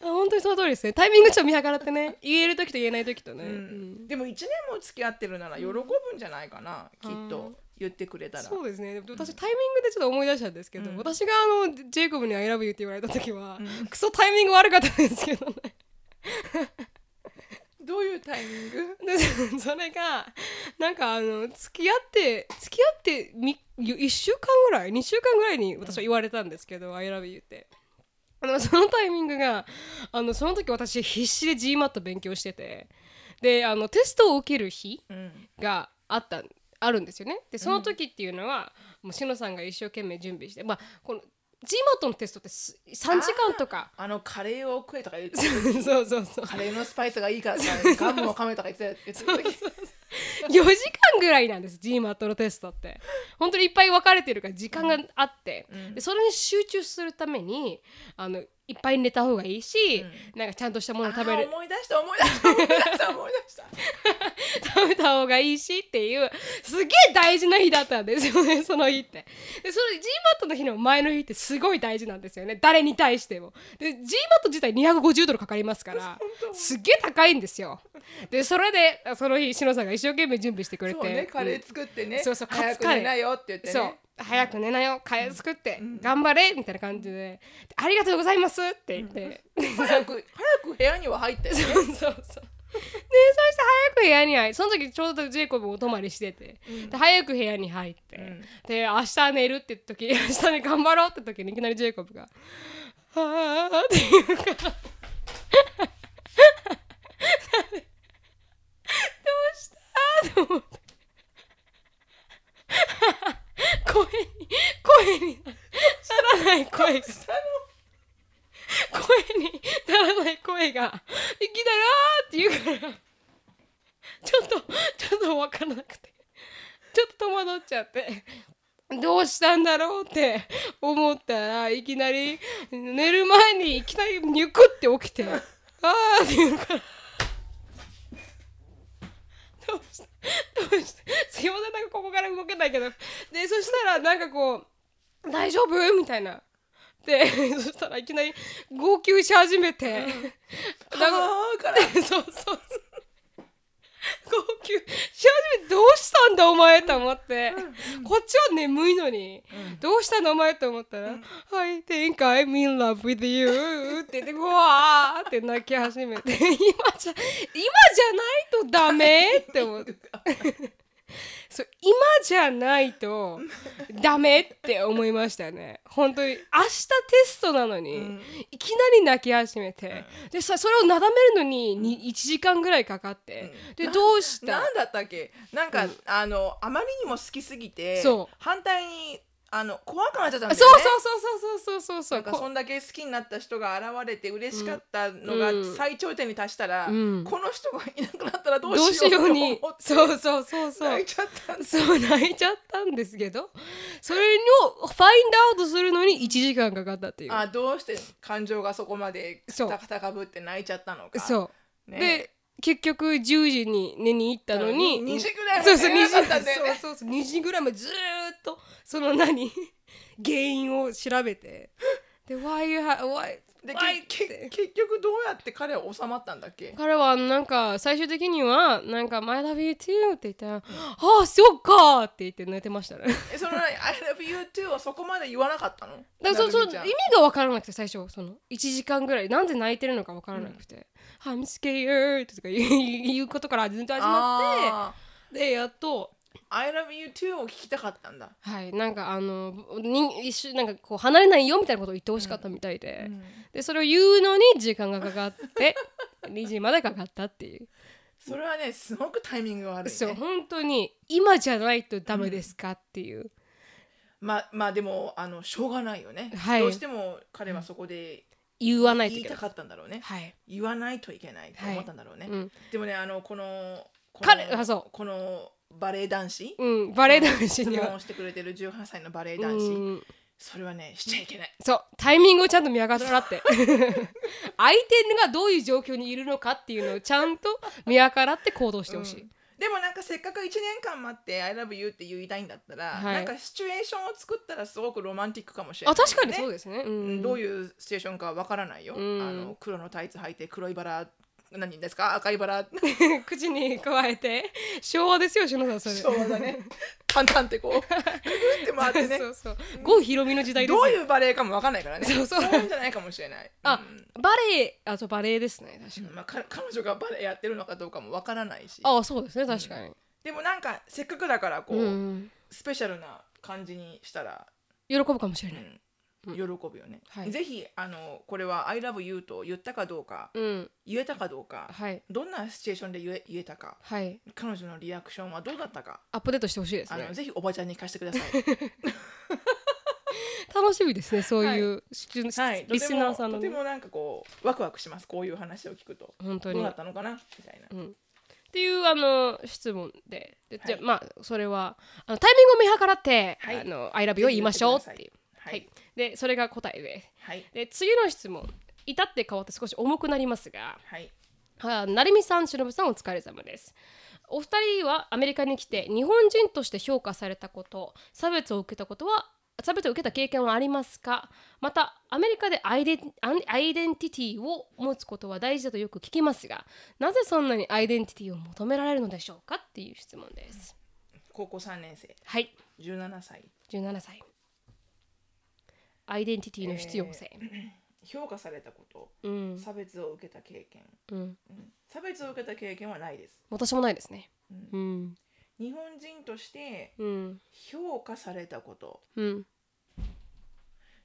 Speaker 1: 本当にその通りですねタイミングちょっと見計らってね 言える時と言えない時と
Speaker 2: う
Speaker 1: ね、
Speaker 2: ん
Speaker 1: うん
Speaker 2: でも1年も付き合ってるなら喜ぶんじゃないかな、きっ
Speaker 1: う
Speaker 2: と
Speaker 1: ん
Speaker 2: 言ってくれたら
Speaker 1: そうですねでも私タイミングでちょっと思い出したんですけど、
Speaker 2: うん
Speaker 1: 私があのジェイコブに「I love you」って言われた時は、
Speaker 2: うん
Speaker 1: クソタイミング悪かったんですけどね
Speaker 2: どういうタイミング
Speaker 1: で それがなんかあの付き合って付き合って1週間ぐらい2週間ぐらいに私は言われたんですけど「I love you」って。あのそのタイミングがあのその時私必死で GMAT 勉強しててであのテストを受ける日
Speaker 2: うん
Speaker 1: があったあるんですよね。でその時っていうのは、もうしのさんが一生懸命準備して、まあ、この GMAT のテストってす3時間とか
Speaker 2: あのカレーを食えとか言って
Speaker 1: そうそうそう
Speaker 2: カレーのスパイスがい いからさガムを噛めとか言ってた言ってた時
Speaker 1: 4時間ぐらいなんです GMAT のテストって本当にいっぱい分かれてるから時間があって、
Speaker 2: うん
Speaker 1: でそれに集中するためにあのいっぱい寝た方がいいし、なんかちゃんとしたもの食べ
Speaker 2: あー
Speaker 1: る
Speaker 2: 思い出した思い出した思い出した思い出した
Speaker 1: 食べた方がいいしっていうすげえ大事な日だったんですよね その日ってでそれ GMAT の日の前の日ってすごい大事なんですよね誰に対してもで GMAT 自体250ドルかかります からすげえ高いんですよでそれでその日篠さんが一生懸命準備してくれて
Speaker 2: そうねカレ
Speaker 1: うん
Speaker 2: ー作ってね、
Speaker 1: そうそうカ
Speaker 2: 早
Speaker 1: ツ
Speaker 2: く
Speaker 1: カレー
Speaker 2: 寝なよって言ってね
Speaker 1: そう早く寝なよカレー作って、
Speaker 2: うん
Speaker 1: 頑張れみたいな感じででありがとうございますって言って、
Speaker 2: 早く早く部屋には入ってね
Speaker 1: そう そうそう。でそして早く部屋に入ってその時ちょうどジェイコブお泊まりしてて、
Speaker 2: うん
Speaker 1: で早く部屋に入って、
Speaker 2: うん
Speaker 1: で明日寝るって時明 日ね頑張ろうって時にいきなりジェイコブが「はあ」って言うから。どうしたと思って 声に声にならない声が声にならない声が「いきなりあー」って言うからちょっとちょっと分からなくてちょっと戸惑っちゃって。どうしたんだろうって思ったらいきなり寝る前にいきなりニュクって起きて「あー」って言うからどうしたどうしたすいませんなんかここから動けないけどでそしたらなんかこう「大丈夫?」みたいなでそしたらいきなり号泣し始めて、なんか
Speaker 2: はーから
Speaker 1: そうそうそう。号泣し始めてどうしたんだお前と思って、こっちは眠いのに、どうしたのお前と思ったら「はい think I'm in love with you」って言ってうわーって泣き始めて 今じゃ今じゃないとダメって思 ってそう今じゃないとダメって思いましたね本当に明日テストなのに、
Speaker 2: ん
Speaker 1: いきなり泣き始めて、でさそれをなだめるのにに1時間ぐらいかかって、でどうした
Speaker 2: 何だったっけなんか、あのあまりにも好きすぎて
Speaker 1: そう
Speaker 2: 反対にあの怖くなっちゃったん
Speaker 1: そう
Speaker 2: だ
Speaker 1: そう
Speaker 2: よね
Speaker 1: そうそうそうそうそう
Speaker 2: なんかそんだけ好きになった人が現れて嬉しかったのが
Speaker 1: うん
Speaker 2: 最頂点に達したら、
Speaker 1: うん
Speaker 2: この人がいなくなったらど
Speaker 1: こう
Speaker 2: う
Speaker 1: どうし
Speaker 2: しよ
Speaker 1: よ
Speaker 2: う
Speaker 1: う
Speaker 2: と思っ
Speaker 1: に
Speaker 2: て
Speaker 1: そうそうそうそ
Speaker 2: 泣
Speaker 1: う
Speaker 2: いちゃったんです
Speaker 1: そう泣いちゃったんですけどそれをファインドアウトするのに1時間かかったっていう
Speaker 2: あどうして感情がそこまで
Speaker 1: そう
Speaker 2: 高ぶって泣いちゃったのか、
Speaker 1: そう
Speaker 2: ね、
Speaker 1: で結局10時に寝に行ったのに
Speaker 2: 2時ぐ らいま
Speaker 1: そう
Speaker 2: で
Speaker 1: そう
Speaker 2: 寝れ
Speaker 1: 2
Speaker 2: な
Speaker 1: 時
Speaker 2: かったんだよね
Speaker 1: そうそうそう2時ぐらいまでずーっとその何 原因を調べてで「why you ha- why
Speaker 2: で
Speaker 1: why?」っ
Speaker 2: けけ
Speaker 1: て
Speaker 2: 結局どうやって彼は収まったんだっけ
Speaker 1: 彼はなんか最終的にはなんか「I love you too」って言ったら「ああそうか」って言って寝てま したね
Speaker 2: えその「I love you too」はそこまで言わなかったの
Speaker 1: だからそそ
Speaker 2: な
Speaker 1: う
Speaker 2: るみ
Speaker 1: 意味
Speaker 2: ちゃん
Speaker 1: が分からなくて最初その1時間ぐらいなんで泣いてるのか分からなくて「I'm scared」とか言う言うことからずっと始まっ
Speaker 2: あ
Speaker 1: てでやっと
Speaker 2: ー「I love you too」を聞きたかったんだ、
Speaker 1: はい、なんかあのに一緒なんかこう離れないよみたいなことを言ってほしかったみたいで、でそれを言うのに時間がかかって 2時までかかったっていう、
Speaker 2: それはねすごくタイミングが悪い、ね、
Speaker 1: そう本当に今じゃないとダメですかっていう、
Speaker 2: まあまあでもあのしょうがないよね、
Speaker 1: はい
Speaker 2: どうしても彼はそこで
Speaker 1: 言わないと
Speaker 2: 言
Speaker 1: い
Speaker 2: い
Speaker 1: けな
Speaker 2: た
Speaker 1: い
Speaker 2: かったんだろうね
Speaker 1: はい、
Speaker 2: 言わないといけないと思ったんだろうね、
Speaker 1: うん
Speaker 2: でもねあのこのこの
Speaker 1: 彼あそう
Speaker 2: このバレエ男子、
Speaker 1: うん、バレエ男子
Speaker 2: 質
Speaker 1: に
Speaker 2: 問
Speaker 1: は
Speaker 2: をしてくれてる18歳のバレエ
Speaker 1: う
Speaker 2: 男子、
Speaker 1: ん
Speaker 2: それはねしちゃいけない
Speaker 1: そうタイミングをちゃんと見計らって 相手がどういう状況にいるのかっていうのをちゃんと見計らって行動してほしい、
Speaker 2: うんでもなんかせっかく1年間待って「I love you」って言いたいんだったら、
Speaker 1: はい
Speaker 2: なんかシチュエーションを作ったらすごくロマンティックかもしれない、
Speaker 1: あ確かにそうですねう
Speaker 2: うん
Speaker 1: ん
Speaker 2: どういうシチュエーションかわからないよ、
Speaker 1: うん
Speaker 2: あの黒のタイツ履いて黒いバラ何ですか赤いバラ
Speaker 1: 口に加えて昭和ですよ篠田さんそれ
Speaker 2: 昭和だ ねパンタンってこうくるって回ってね
Speaker 1: そうそう郷ひろみの時代です
Speaker 2: ど
Speaker 1: よ
Speaker 2: ういうバレエかもわかんないからね
Speaker 1: そうそう
Speaker 2: いうんじゃないかもしれない
Speaker 1: あ
Speaker 2: うん
Speaker 1: バレエあとバレエですね確かに
Speaker 2: まあ、か彼女がバレエやってるのかどうかもわからないし
Speaker 1: ああそうですね確かに
Speaker 2: でもなんかせっかくだからこう、
Speaker 1: うん
Speaker 2: スペシャルな感じにしたら、
Speaker 1: 喜ぶかもし
Speaker 2: う
Speaker 1: れない
Speaker 2: ん
Speaker 1: うん
Speaker 2: 喜ぶよね、
Speaker 1: はい
Speaker 2: ぜひあのこれは「ILOVEYOU」と言ったかどうか
Speaker 1: うん
Speaker 2: 言えたかどうか
Speaker 1: はい
Speaker 2: どんなシチュエーションで言え言えたか
Speaker 1: はい
Speaker 2: 彼女のリアクションはどうだったか
Speaker 1: アップデートしてほしいです
Speaker 2: あ
Speaker 1: ね
Speaker 2: のぜひおばちゃんに貸してく ださい
Speaker 1: 楽しみですねそういうシチュ、
Speaker 2: はいと
Speaker 1: リ
Speaker 2: て
Speaker 1: スナ
Speaker 2: も
Speaker 1: ーさんの
Speaker 2: とて
Speaker 1: ね
Speaker 2: もなんかこうワクワクしますこういう話を聞くと
Speaker 1: 本当
Speaker 2: どう
Speaker 1: に
Speaker 2: だったのかなみたいな
Speaker 1: うん、っていうあの質問でで、じゃあ
Speaker 2: はい
Speaker 1: まあそれはあのタイミングを見計らって「
Speaker 2: はい
Speaker 1: あの I love you」を言いましょうっていう、
Speaker 2: は
Speaker 1: はい
Speaker 2: い
Speaker 1: でそれが答えで
Speaker 2: はい
Speaker 1: で次の質問至って変わって少し重くなりますが
Speaker 2: はい
Speaker 1: あ成美さん忍さんお疲れ様ですお二人はアメリカに来て日本人として評価されたこと差別を受けたことは差別を受けた経験はありますかまたアメリカでアイデンアンアイデンティティを持つことは大事だとよく聞きますがなぜそんなにアイデンティティを求められるのでしょうかっていう質問です
Speaker 2: 高校3年生
Speaker 1: はい
Speaker 2: 17歳
Speaker 1: 17歳アイデンティティの必要性、
Speaker 2: 評価されたこと
Speaker 1: うん、
Speaker 2: 差別を受けた経験、
Speaker 1: うん、
Speaker 2: うん差別を受けた経験はないです、
Speaker 1: 私もないですね
Speaker 2: うん
Speaker 1: うん
Speaker 2: 日本人として
Speaker 1: うん
Speaker 2: 評価されたこと
Speaker 1: うん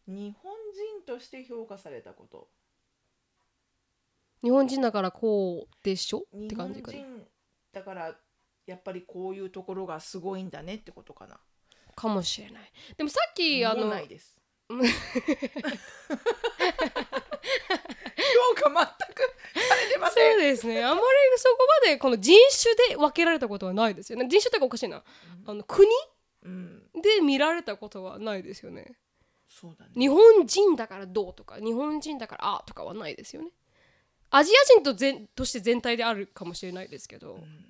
Speaker 2: 日本人として評価されたこと
Speaker 1: 日本人だからこうでしょっ
Speaker 2: 日
Speaker 1: て感
Speaker 2: 本
Speaker 1: じ
Speaker 2: 人
Speaker 1: かな
Speaker 2: だからやっぱりこういうところがすごいんだねってことかな
Speaker 1: かもしれないでもさっきあ
Speaker 2: もう
Speaker 1: の
Speaker 2: ないです
Speaker 1: う
Speaker 2: 評
Speaker 1: ん
Speaker 2: 価全くされてませ
Speaker 1: そ
Speaker 2: ん
Speaker 1: うですねあまりそこまでこの人種で分けられたことはないですよね人種というかおかしいなあの国
Speaker 2: うん
Speaker 1: で見られたことはないですよね
Speaker 2: そうだね
Speaker 1: 日本人だからどうとか日本人だからああとかはないですよねアジア人と全として全体であるかもしれないですけど
Speaker 2: うん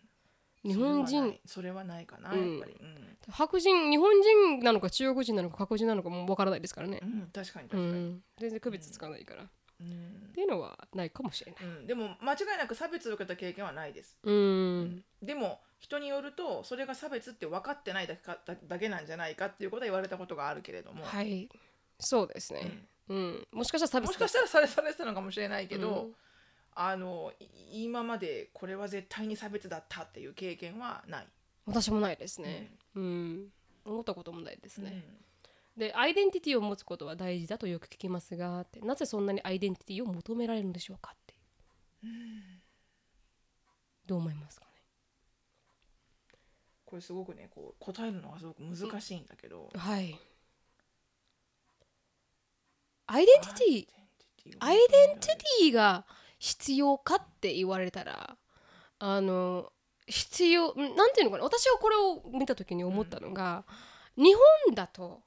Speaker 1: 日本
Speaker 2: それはな
Speaker 1: 人
Speaker 2: いそれはないかなや
Speaker 1: う
Speaker 2: っ
Speaker 1: ん
Speaker 2: ぱりうん
Speaker 1: 白人日本人なのか中国人なのか白人なのかも分からないですからね、
Speaker 2: うん確かに
Speaker 1: う
Speaker 2: 確かに
Speaker 1: ん、全然区別つかないから、っ
Speaker 2: うん
Speaker 1: ていうのはないかもしれない
Speaker 2: うんでも間違いなく差別を受けた経験はないです
Speaker 1: うん
Speaker 2: でも人によるとそれが差別って分かってないだけかだだけなんじゃないかっていうことは言われたことがあるけれども、
Speaker 1: はいそうです
Speaker 2: う
Speaker 1: ね、
Speaker 2: ん
Speaker 1: うんもしかしたら差別
Speaker 2: もしかしたらされされてたのかもしれないけど、
Speaker 1: うん
Speaker 2: あのい今までこれは絶対に差別だったっていう経験はない。
Speaker 1: 私もないですね、うん思ったこともないです
Speaker 2: うん
Speaker 1: ね、でアイデンティティを持つことは大事だとよく聞きますがってなぜそんなにアイデンティティを求められるのでしょうかってどう思いますか
Speaker 2: これすごくねこう答えるのがすごく難しいんだけど
Speaker 1: ねはいアイデンティティアイデンティティが必要かって言われたらあの必要んなんていうのかな私はこれを見た時に思ったのが、日本だと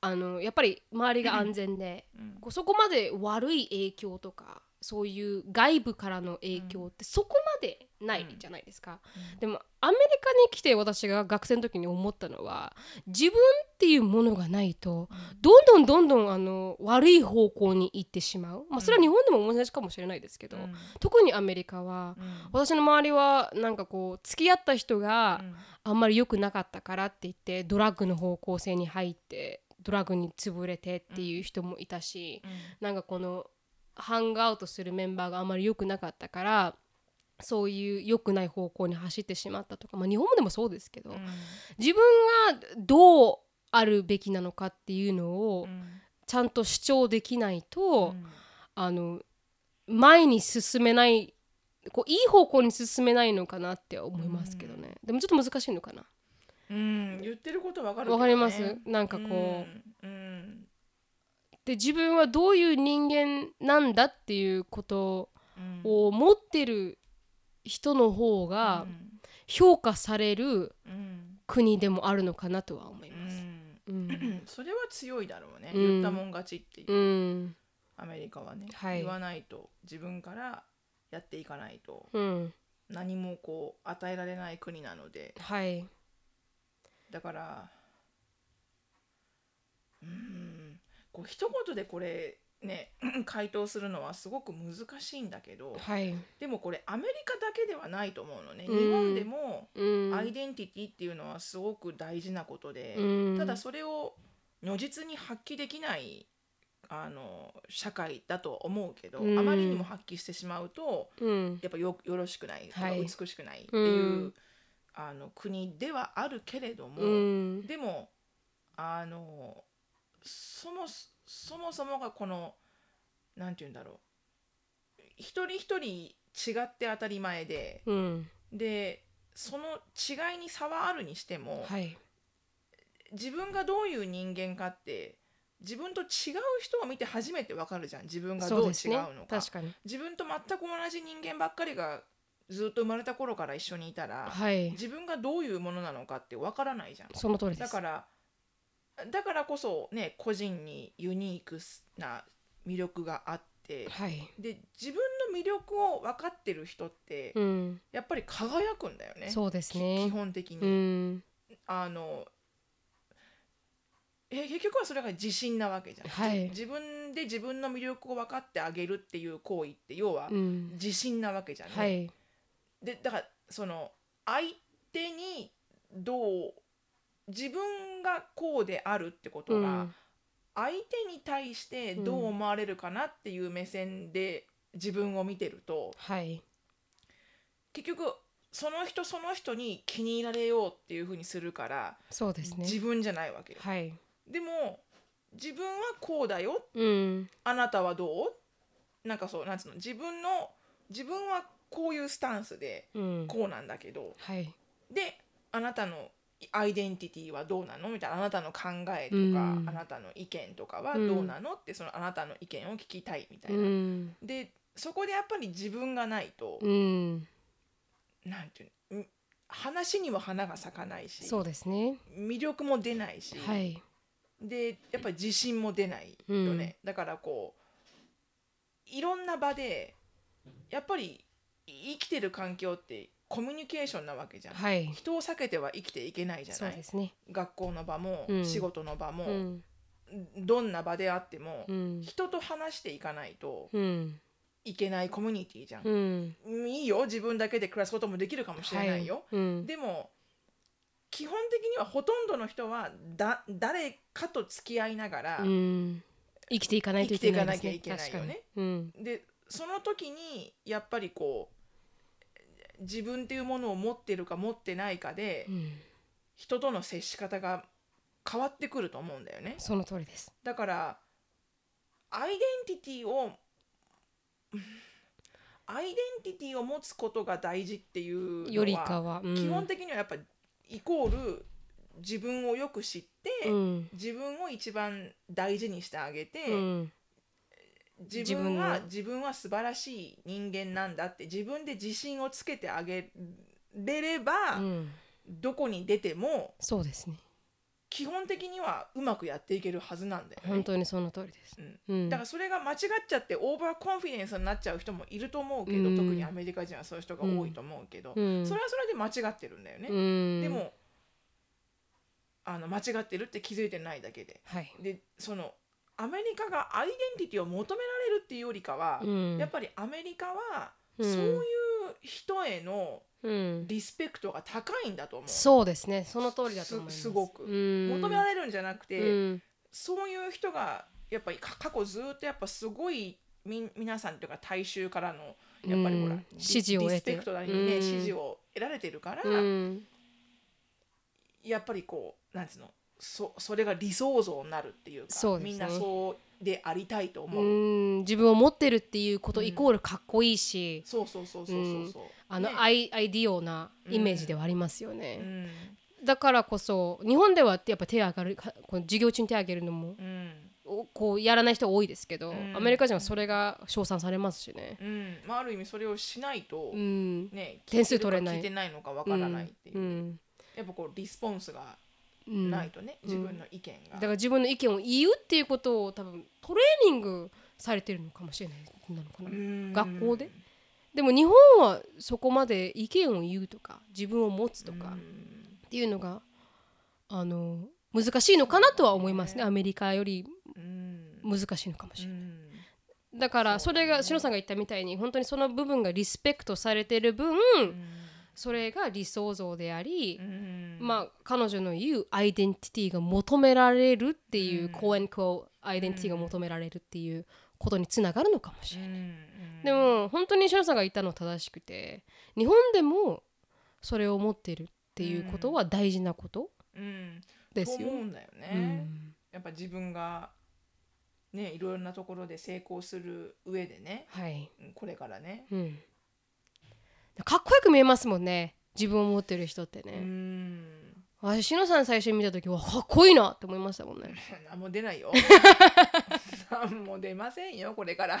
Speaker 1: あのやっぱり周りが安全で、
Speaker 2: ィ、うん
Speaker 1: こうそこまで悪い影響とかそういう外部からの影響ってそこまでないじゃないですか、でもアメリカに来て私が学生の時に思ったのは自分っていうものがないとどんどんどんどんあの悪い方向に行ってしまう、まあ、それは日本でも同じかもしれないですけど、
Speaker 2: うん
Speaker 1: 特にアメリカは
Speaker 2: うん
Speaker 1: 私の周りはなんかこう付き合った人が、
Speaker 2: うん
Speaker 1: あんまり良くなかったからって言ってドラッグの方向性に入ってドラッグに潰れてっていう人もいたし、なんかこのハングアウトするメンバーがあんまり良くなかったからそういう良くない方向に走ってしまったとか、まあ、日本でもそうですけど、
Speaker 2: うん
Speaker 1: 自分がどうあるべきなのかっていうのを
Speaker 2: うん
Speaker 1: ちゃんと主張できないと、
Speaker 2: うん
Speaker 1: あの前に進めないこういい方向に進めないのかなって思いますけどね、でもちょっと難しいのかな。
Speaker 2: うん言ってることわかるけどね
Speaker 1: わかりますなんかこう、
Speaker 2: うんうん
Speaker 1: で自分はどういう人間なんだっていうこと
Speaker 2: うん
Speaker 1: を持ってる人の方が評価される
Speaker 2: うん
Speaker 1: 国でもあるのかなとは思いうます。
Speaker 2: ん
Speaker 1: うん
Speaker 2: それは強いだろうね
Speaker 1: うん
Speaker 2: 言ったもん勝ちっていう
Speaker 1: うん
Speaker 2: アメリカはね、
Speaker 1: はい
Speaker 2: 言わないと自分からやっていかないと
Speaker 1: うん
Speaker 2: 何もこう与えられない国なので
Speaker 1: はい
Speaker 2: だからうーんこう一言でこれね 回答するのはすごく難しいんだけど
Speaker 1: はい、
Speaker 2: でもこれアメリカだけではないと思うのね、
Speaker 1: うん
Speaker 2: 日本でも
Speaker 1: うん
Speaker 2: アイデンティティっていうのはすごく大事なことで、
Speaker 1: うん
Speaker 2: ただそれを如実に発揮できないあの社会だと思うけど、
Speaker 1: うん
Speaker 2: あまりにも発揮してしまうと
Speaker 1: うん
Speaker 2: やっぱよよろしくない、
Speaker 1: はい
Speaker 2: 美しくないっていう、
Speaker 1: うん
Speaker 2: あの国ではあるけれども、
Speaker 1: うん
Speaker 2: でもあのそもそそもそもがこのなんて言うんだろう一人一人違って当たり前で
Speaker 1: うん
Speaker 2: でその違いに差はあるにしても、
Speaker 1: はい
Speaker 2: 自分がどういう人間かって自分と違う人を見て初めてわかるじゃん自分が
Speaker 1: そう
Speaker 2: どう違う
Speaker 1: ですね
Speaker 2: のか
Speaker 1: 確かに
Speaker 2: 自分と全く同じ人間ばっかりがずっと生まれた頃から一緒にいたら
Speaker 1: はい
Speaker 2: 自分がどういうものなのかってわからないじゃん。
Speaker 1: その通りです
Speaker 2: だからだからこそね個人にユニークな魅力があって
Speaker 1: はい
Speaker 2: で自分の魅力を分かってる人って
Speaker 1: うん
Speaker 2: やっぱり輝くんだよね、
Speaker 1: そうです
Speaker 2: き基
Speaker 1: ね
Speaker 2: 本的に。
Speaker 1: うん
Speaker 2: あのえ結局はそれが自信なわけじゃん、
Speaker 1: はい
Speaker 2: 自分で自分の魅力を分かってあげるっていう行為って要は
Speaker 1: うん
Speaker 2: 自信なわけじゃん、ね
Speaker 1: はい
Speaker 2: でだからその相手にどう自分がこうであるってこ
Speaker 1: う
Speaker 2: とが
Speaker 1: ん
Speaker 2: 相手に対してどう思われるかなっていう目線で自分を見てると
Speaker 1: はい
Speaker 2: 結局その人その人に気に入られようっていうふうにするから
Speaker 1: そうですね
Speaker 2: 自分じゃないわけよ。
Speaker 1: はい
Speaker 2: でも自分はこうだよ
Speaker 1: うん
Speaker 2: あなたはどうなんかそうなんつうの自分の自分はこういうスタンスで
Speaker 1: うん
Speaker 2: こうなんだけど
Speaker 1: はい
Speaker 2: であなたのアイデンティティはどうなのみたいなあなたの考え
Speaker 1: う
Speaker 2: とか、
Speaker 1: ん
Speaker 2: あなたの意見とかはどうなの、ってそのあなたの意見を聞きたいみたいうな。
Speaker 1: ん
Speaker 2: でそこでやっぱり自分がないと、
Speaker 1: うん
Speaker 2: なんていうのん話にも花が咲かないし
Speaker 1: そうですね
Speaker 2: 魅力も出ないし、
Speaker 1: はい
Speaker 2: でやっぱり自信も出ないよね、だからこういろんな場でやっぱり生きてる環境ってコミュニケーションなわけじゃん、
Speaker 1: はい
Speaker 2: 人を避けては生きていけないじゃ
Speaker 1: そ
Speaker 2: な
Speaker 1: う
Speaker 2: い、
Speaker 1: ですね
Speaker 2: 学校の場も、
Speaker 1: うん
Speaker 2: 仕事の場も、
Speaker 1: うん
Speaker 2: どんな場であっても、
Speaker 1: うん
Speaker 2: 人と話していかないと
Speaker 1: うん
Speaker 2: いけないコミュニティじゃん
Speaker 1: う、ん
Speaker 2: いいよ自分だけで暮らすこともできるかもしれないよ、
Speaker 1: はいうん
Speaker 2: でも基本的にはほとんどの人はだ誰かと付き合いながら、
Speaker 1: うん生きていかないといけないですね
Speaker 2: 生きていかなきゃいけないよね
Speaker 1: 確かにうん
Speaker 2: でその時にやっぱりこう自分っていうものを持ってるか持ってないかで、
Speaker 1: うん
Speaker 2: 人との接し方が変わってくると思うんだよね
Speaker 1: その通りです
Speaker 2: だからアイデンティティをうんアイデンティティを持つことが大事っていうのは
Speaker 1: よりかは
Speaker 2: 基本
Speaker 1: 的
Speaker 2: 的にはやっぱイコール自分をよく知って、
Speaker 1: うん
Speaker 2: 自分を一番大事にしてあげて、
Speaker 1: うん
Speaker 2: 自分
Speaker 1: 自分
Speaker 2: は
Speaker 1: を
Speaker 2: 自分は素晴らしい人間なんだって自分で自信をつけてあげれれば、
Speaker 1: うん
Speaker 2: どこに出ても
Speaker 1: そうですね
Speaker 2: 基本的にはうまくやっていけるはずなんだよ、ね
Speaker 1: 本当にその通りです
Speaker 2: うん
Speaker 1: うん
Speaker 2: だからそれが間違っちゃってオーバーコンフィデンスになっちゃう人もいると思うけど、
Speaker 1: うん
Speaker 2: 特にアメリカ人はそういう人が多いと思うけど、
Speaker 1: うん
Speaker 2: それはそれで間違ってるんだよね。
Speaker 1: うん
Speaker 2: でもあの間違ってるって気づいてないだけで。
Speaker 1: はい
Speaker 2: でそのアメリカがアイデンティティを求められるっていうよりかは、
Speaker 1: うん
Speaker 2: やっぱりアメリカは、
Speaker 1: うん
Speaker 2: そういう人への
Speaker 1: うん
Speaker 2: リスペクトが高いんだと思う。
Speaker 1: そうですねその通りだと思います
Speaker 2: すすごく
Speaker 1: うん
Speaker 2: 求められるんじゃなくて、
Speaker 1: うん
Speaker 2: そういう人がやっぱりか過去ずっとやっぱすごいみ皆さんというか大衆からのやっぱりほら、
Speaker 1: うん
Speaker 2: リ
Speaker 1: 支持を得て
Speaker 2: リスペクトなり
Speaker 1: うん
Speaker 2: にね、支持を得られてるから、
Speaker 1: うん
Speaker 2: やっぱりこうなんつうのそそれが理想像になるっていうか
Speaker 1: そうですね
Speaker 2: みんなそうでありたいと思
Speaker 1: う
Speaker 2: う、
Speaker 1: ん自分を持ってるっていうことイコールかっこいいし
Speaker 2: そうそうそうそうそうそう、
Speaker 1: あの
Speaker 2: ね
Speaker 1: アイアイディオなイメージではありますよね、
Speaker 2: うん
Speaker 1: だからこそ日本ではやっぱ手上がるかこの授業中に手上げるのも
Speaker 2: うん
Speaker 1: おこうやらない人多いですけど、
Speaker 2: うん
Speaker 1: アメリカ人はそれが称賛されますしね、
Speaker 2: うんまあ、ある意味それをしないと、
Speaker 1: うん、
Speaker 2: ね
Speaker 1: 点数取れない
Speaker 2: 聞いてるか聞いてないのかわからないっていう、
Speaker 1: うん
Speaker 2: やっぱこうリスポンスが
Speaker 1: うん
Speaker 2: ないとね、
Speaker 1: ん
Speaker 2: 自分の意見が、
Speaker 1: だから自分の意見を言うっていうことを多分トレーニングされてるのかもしれないなのかな、
Speaker 2: うん
Speaker 1: 学校ででも日本はそこまで意見を言うとか自分を持つとかっていうのがあの難しいのかなとは思いますねアメリカより
Speaker 2: うん
Speaker 1: 難しいのかもしれない。
Speaker 2: うん
Speaker 1: だからそれがしのさんが言ったみたいに本当にその部分がリスペクトされてる分それが理想像であり
Speaker 2: う、ん
Speaker 1: まあ彼女の言うアイデンティティが求められるっていう、
Speaker 2: うん
Speaker 1: 公演こうアイデンティティが求められるっていうことにつながるのかもし
Speaker 2: う
Speaker 1: れない、
Speaker 2: ん
Speaker 1: でも本当にしのさんが言ったのは正しくて日本でもそれを持ってるっていうことは大事なこと
Speaker 2: うん
Speaker 1: ですよ
Speaker 2: と思う
Speaker 1: ね。
Speaker 2: んだよね、
Speaker 1: うん
Speaker 2: やっぱ自分がねいろいろなところで成功する上でね
Speaker 1: はい、
Speaker 2: うんこれからね
Speaker 1: うん、かっこよく見えますもんね自分を持ってる人って
Speaker 2: うー
Speaker 1: ね、
Speaker 2: ん
Speaker 1: 私しのさん最初見た時はかっこいいなって思いましたもんね
Speaker 2: 何も 出ないよ何も出ませんよこれから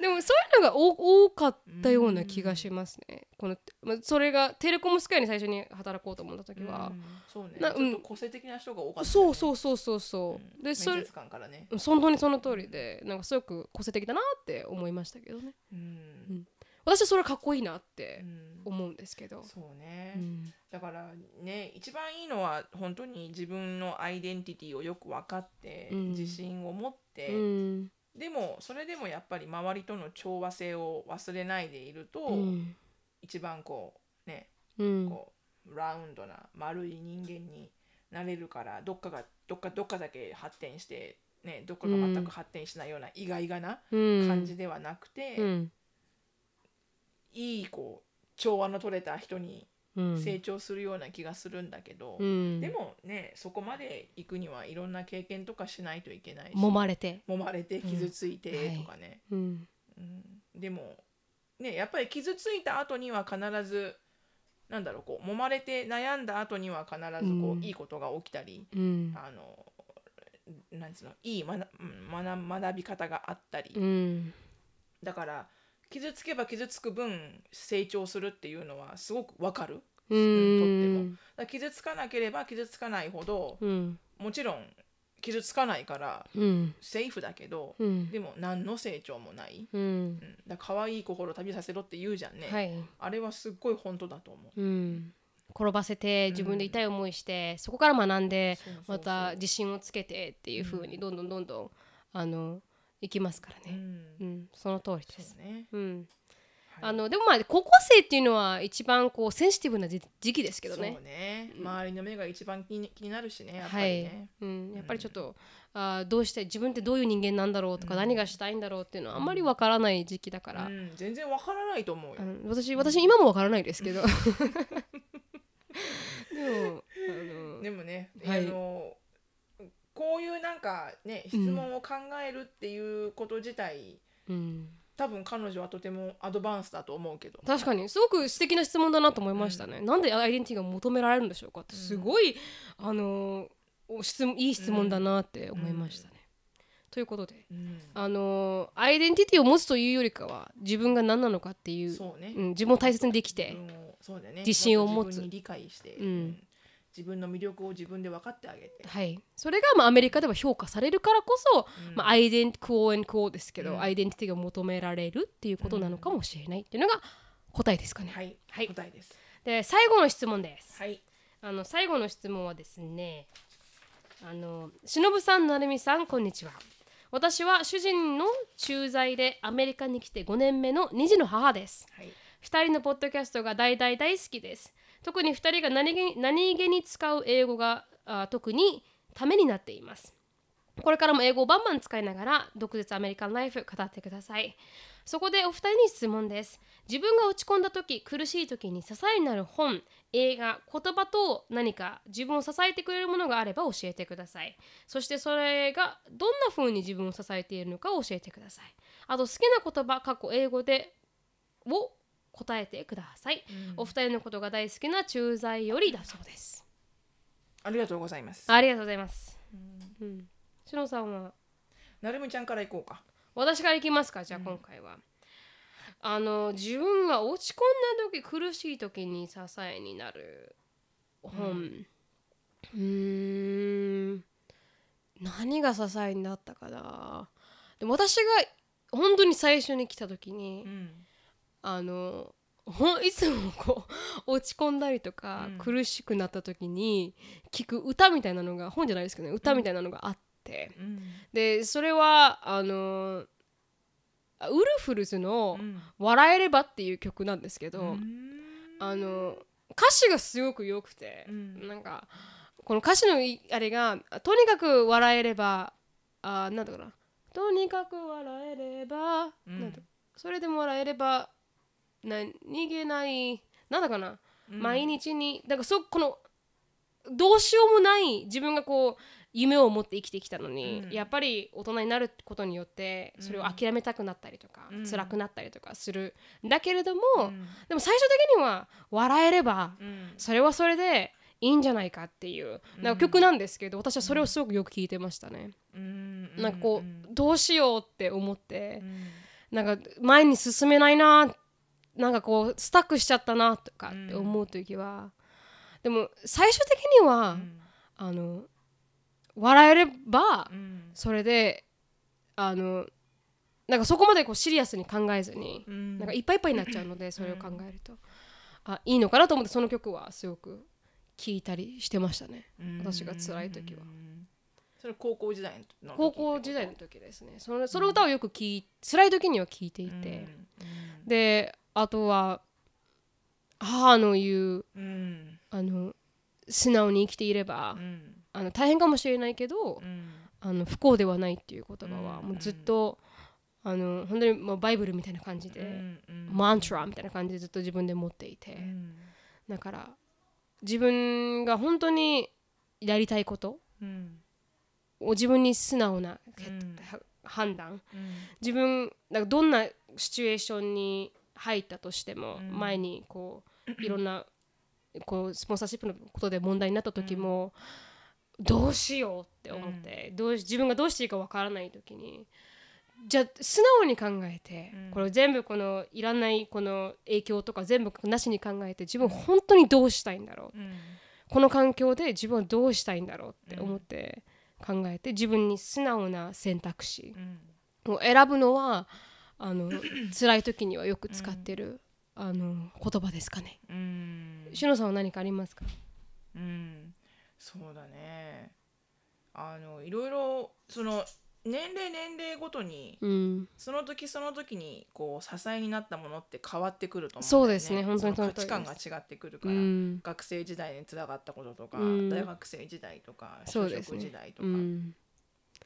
Speaker 1: でもそういうのが多多かったような気がしますねこのまあそれがテレコムスカイに最初に働こうと思った時は
Speaker 2: う、んそうねち
Speaker 1: なうん
Speaker 2: ょっと個性的な人が多かったよ
Speaker 1: そ
Speaker 2: ね、
Speaker 1: うそうそうそうそう、
Speaker 2: ん
Speaker 1: で
Speaker 2: 面
Speaker 1: それ
Speaker 2: 接官からね
Speaker 1: うん本当にその通りでなんかすごく個性的だなって思いましたけどね
Speaker 2: うん、
Speaker 1: 私はそれかっこいいなっ
Speaker 2: う
Speaker 1: て
Speaker 2: ん
Speaker 1: 思うんですけど、
Speaker 2: そうね、
Speaker 1: うん
Speaker 2: だからね一番いいのは本当に自分のアイデンティティをよく分かって、
Speaker 1: うん
Speaker 2: 自信を持って、
Speaker 1: うん
Speaker 2: でもそれでもやっぱり周りとの調和性を忘れないでいると、
Speaker 1: うん
Speaker 2: 一番こうね
Speaker 1: うん
Speaker 2: こうラウンドな丸い人間になれるからどっかがどっかどっかだけ発展して、ね、どっかが全く発展しないような意外がな
Speaker 1: うん
Speaker 2: 感じではなくて、
Speaker 1: うん
Speaker 2: いいこう調和の取れた人に
Speaker 1: うん
Speaker 2: 成長するような気がするんだけど、
Speaker 1: うん
Speaker 2: でもねそこまで行くにはいろんな経験とかしないといけないし
Speaker 1: 揉まれて、
Speaker 2: 揉まれて
Speaker 1: うん
Speaker 2: 傷ついてとかね、
Speaker 1: うん
Speaker 2: うんでもねやっぱり傷ついた後には必ずなんだろうこう揉まれて悩んだ後には必ずこう、
Speaker 1: うん
Speaker 2: いいことが起きたり
Speaker 1: うん
Speaker 2: あのなんつうのいい学うん学学び方があったり、
Speaker 1: うん
Speaker 2: だから傷つけば傷つく分成長するっていうのはすごくわかる。
Speaker 1: う
Speaker 2: うん
Speaker 1: ん
Speaker 2: だから傷つかなければ傷つかないほど
Speaker 1: うん
Speaker 2: もちろん傷つかないから
Speaker 1: うん
Speaker 2: セーフだけど、
Speaker 1: うん
Speaker 2: でも何の成長もない、
Speaker 1: うん
Speaker 2: うん、だから可愛い心を旅させろって言うじゃんね、
Speaker 1: はい、
Speaker 2: あれはすっごい本当だと思う
Speaker 1: うん、転ばせて自分で痛い思いして、そこから学んで
Speaker 2: そうそうそう
Speaker 1: また自信をつけてっていう風にどんどんどんどんあのいきますから
Speaker 2: う
Speaker 1: ね、
Speaker 2: ん
Speaker 1: うんその通りで
Speaker 2: そ
Speaker 1: す、
Speaker 2: うね、
Speaker 1: うん
Speaker 2: はい
Speaker 1: あのでもまあ高校生っていうのは一番こうセンシティブな時時期ですけどね
Speaker 2: そうね、
Speaker 1: うん
Speaker 2: 周りの目が一番気に気になるしねやっぱり
Speaker 1: はい
Speaker 2: ね、
Speaker 1: うん、やっぱりちょっと、あーどうして自分ってどういう人間なんだろうとか、
Speaker 2: うん
Speaker 1: 何がしたいんだろうっていうのはあんまりわからない時期だから、
Speaker 2: うん、全然わからないと思うよ
Speaker 1: あ、の私私今もわからないです けどでもあの
Speaker 2: でもね、
Speaker 1: はい
Speaker 2: あのこういうなんかね質問を考えるっていうこと自体、
Speaker 1: うん、
Speaker 2: 多分彼女はとてもアドバンスだと思うけど
Speaker 1: 確かにすごく素敵な質問だなと思いましたね、なんでアイデンティティが求められるんでしょうかって
Speaker 2: うん
Speaker 1: すごい、あのお質問いい質問だなって思いましたね、ということで
Speaker 2: うん
Speaker 1: あのアイデンティティを持つというよりかは自分が何なのかっていう
Speaker 2: そうね、
Speaker 1: うん、自分を大切にできて
Speaker 2: 自、分をそうだね
Speaker 1: 自信を持つ
Speaker 2: もっと自分に理解して、
Speaker 1: うん
Speaker 2: うん自分の魅力を自分で分かってあげて、
Speaker 1: はい、それがまあアメリカでは評価されるからこそ、
Speaker 2: うん
Speaker 1: まあ、アイデンティクオーエンクオーですけど、
Speaker 2: うん
Speaker 1: アイデンティティが求められるっていうことなのかもしれないっていうのが答えですかね。
Speaker 2: はい、
Speaker 1: はい
Speaker 2: 答えです
Speaker 1: で最後の質問です。
Speaker 2: はい
Speaker 1: あの最後の質問はですねあのしのぶさんなるみさんこんにちは私は主人の駐在でアメリカに来て5年目の2児の母です
Speaker 2: はい
Speaker 1: 2人のポッドキャストが大大大好きです特に2人が何気に何気に使う英語があ特にためになっていますこれからも英語をバンバン使いながら独舌アメリカンライフ語ってくださいそこでお二人に質問です自分が落ち込んだ時苦しい時に支えになる本映画言葉と何か自分を支えてくれるものがあれば教えてくださいそしてそれがどんな風に自分を支えているのか教えてくださいあと好きな言葉過去英語でを答えてください、お二人のことが大好きな駐在よりだそうです
Speaker 2: ありがとうございます、
Speaker 1: ありがとうございます
Speaker 2: うん
Speaker 1: うんしのさんは
Speaker 2: なるみちゃんからいこうか
Speaker 1: 私から行きますかじゃあ
Speaker 2: うん
Speaker 1: 今回は、あの自分が落ち込んだ時苦しい時に支えになる本うーん何が支えになったかなでも私が本当に最初に来た時に、
Speaker 2: うん
Speaker 1: あのほんいつもこう落ち込んだりとか、
Speaker 2: うん
Speaker 1: 苦しくなった時に聞く歌みたいなのが本じゃないですけどね歌みたいなのがあって、
Speaker 2: うん
Speaker 1: でそれはあのーあウルフルズの
Speaker 2: うん
Speaker 1: 「笑えれば」っていう曲なんですけど、
Speaker 2: うん
Speaker 1: あのー歌詞がすごく良くて、
Speaker 2: うん
Speaker 1: なんかこの歌詞のいあれが「とにかく笑えれば」あーなんだかな「とにかく笑えれば」
Speaker 2: うん
Speaker 1: なんだそれでも笑えればな逃げないなんだかな、毎日にだからそこのどうしようもない自分がこう夢を持って生きてきたのに、
Speaker 2: うん
Speaker 1: やっぱり大人になることによってそれを諦めたくなったりとか、
Speaker 2: うん
Speaker 1: 辛くなったりとかするんだけれども、
Speaker 2: うん
Speaker 1: でも最終的には笑えれば
Speaker 2: うん
Speaker 1: それはそれでいいんじゃないかっていうなんか曲なんですけど、私はそれをすごくよく聞いてましたね。
Speaker 2: うん
Speaker 1: なんかこうどうしようって思って
Speaker 2: う、ん
Speaker 1: なんか前に進めないななんかこうスタックしちゃったなとかって思う時は、でも最終的には、
Speaker 2: うん
Speaker 1: あの笑えれば
Speaker 2: うん
Speaker 1: それであのなんかそこまでこうシリアスに考えずに、
Speaker 2: うん
Speaker 1: なんかいっぱいいっぱいになっちゃうのでそれを考えると、あいいのかなと思ってその曲はすごく聴いたりしてましたね。
Speaker 2: うん
Speaker 1: 私が辛い時は
Speaker 2: うんそれ高校時代の時
Speaker 1: 高校時代の時ですねそのその歌をよく聞い辛い時には聴いていて、であとは母の言う
Speaker 2: うんうん
Speaker 1: あの素直に生きていれば、
Speaker 2: うん
Speaker 1: あの大変かもしれないけど、
Speaker 2: うん
Speaker 1: あの不幸ではないっていう言葉は
Speaker 2: うん
Speaker 1: もうずっと、あの本当にもうバイブルみたいな感じ
Speaker 2: う
Speaker 1: で、
Speaker 2: んうん
Speaker 1: マントラみたいな感じでずっと自分で持っていて、
Speaker 2: うん
Speaker 1: だから自分が本当にやりたいこと
Speaker 2: うん
Speaker 1: を自分に素直な、
Speaker 2: うん
Speaker 1: 判断
Speaker 2: うん
Speaker 1: 自分なんかどんなシチュエーションに入ったとしても、
Speaker 2: うん
Speaker 1: 前にこういろんなこうスポンサーシップのことで問題になった時も、どうしようって思って、どう自分がどうしていいかわからない時にじゃあ素直に考えて、
Speaker 2: うん
Speaker 1: これ全部このいらないこの影響とか全部なしに考えて自分本当にどうしたいんだろう
Speaker 2: うん
Speaker 1: この環境で自分はどうしたいんだろうって思って考えて自分に素直な選択肢、
Speaker 2: うん
Speaker 1: を選ぶのはあの辛い時にはよく使ってる、あの言葉ですかね。
Speaker 2: うん
Speaker 1: しのさんは何かありますか？
Speaker 2: うん、そうだねあのいろいろその年齢年齢ごとに
Speaker 1: うん、
Speaker 2: その時その時にこう支えになったものって変わってくると思
Speaker 1: そううん
Speaker 2: だよ
Speaker 1: ですね本当に
Speaker 2: その
Speaker 1: その通
Speaker 2: 価
Speaker 1: り
Speaker 2: 値観
Speaker 1: で
Speaker 2: が違ってくるか
Speaker 1: う
Speaker 2: ら、
Speaker 1: ん、
Speaker 2: 学生時代につながったこととか、
Speaker 1: うん
Speaker 2: 大学生時代とか
Speaker 1: そう
Speaker 2: 就
Speaker 1: です
Speaker 2: 職
Speaker 1: ね
Speaker 2: 時代と
Speaker 1: う
Speaker 2: か、
Speaker 1: ん、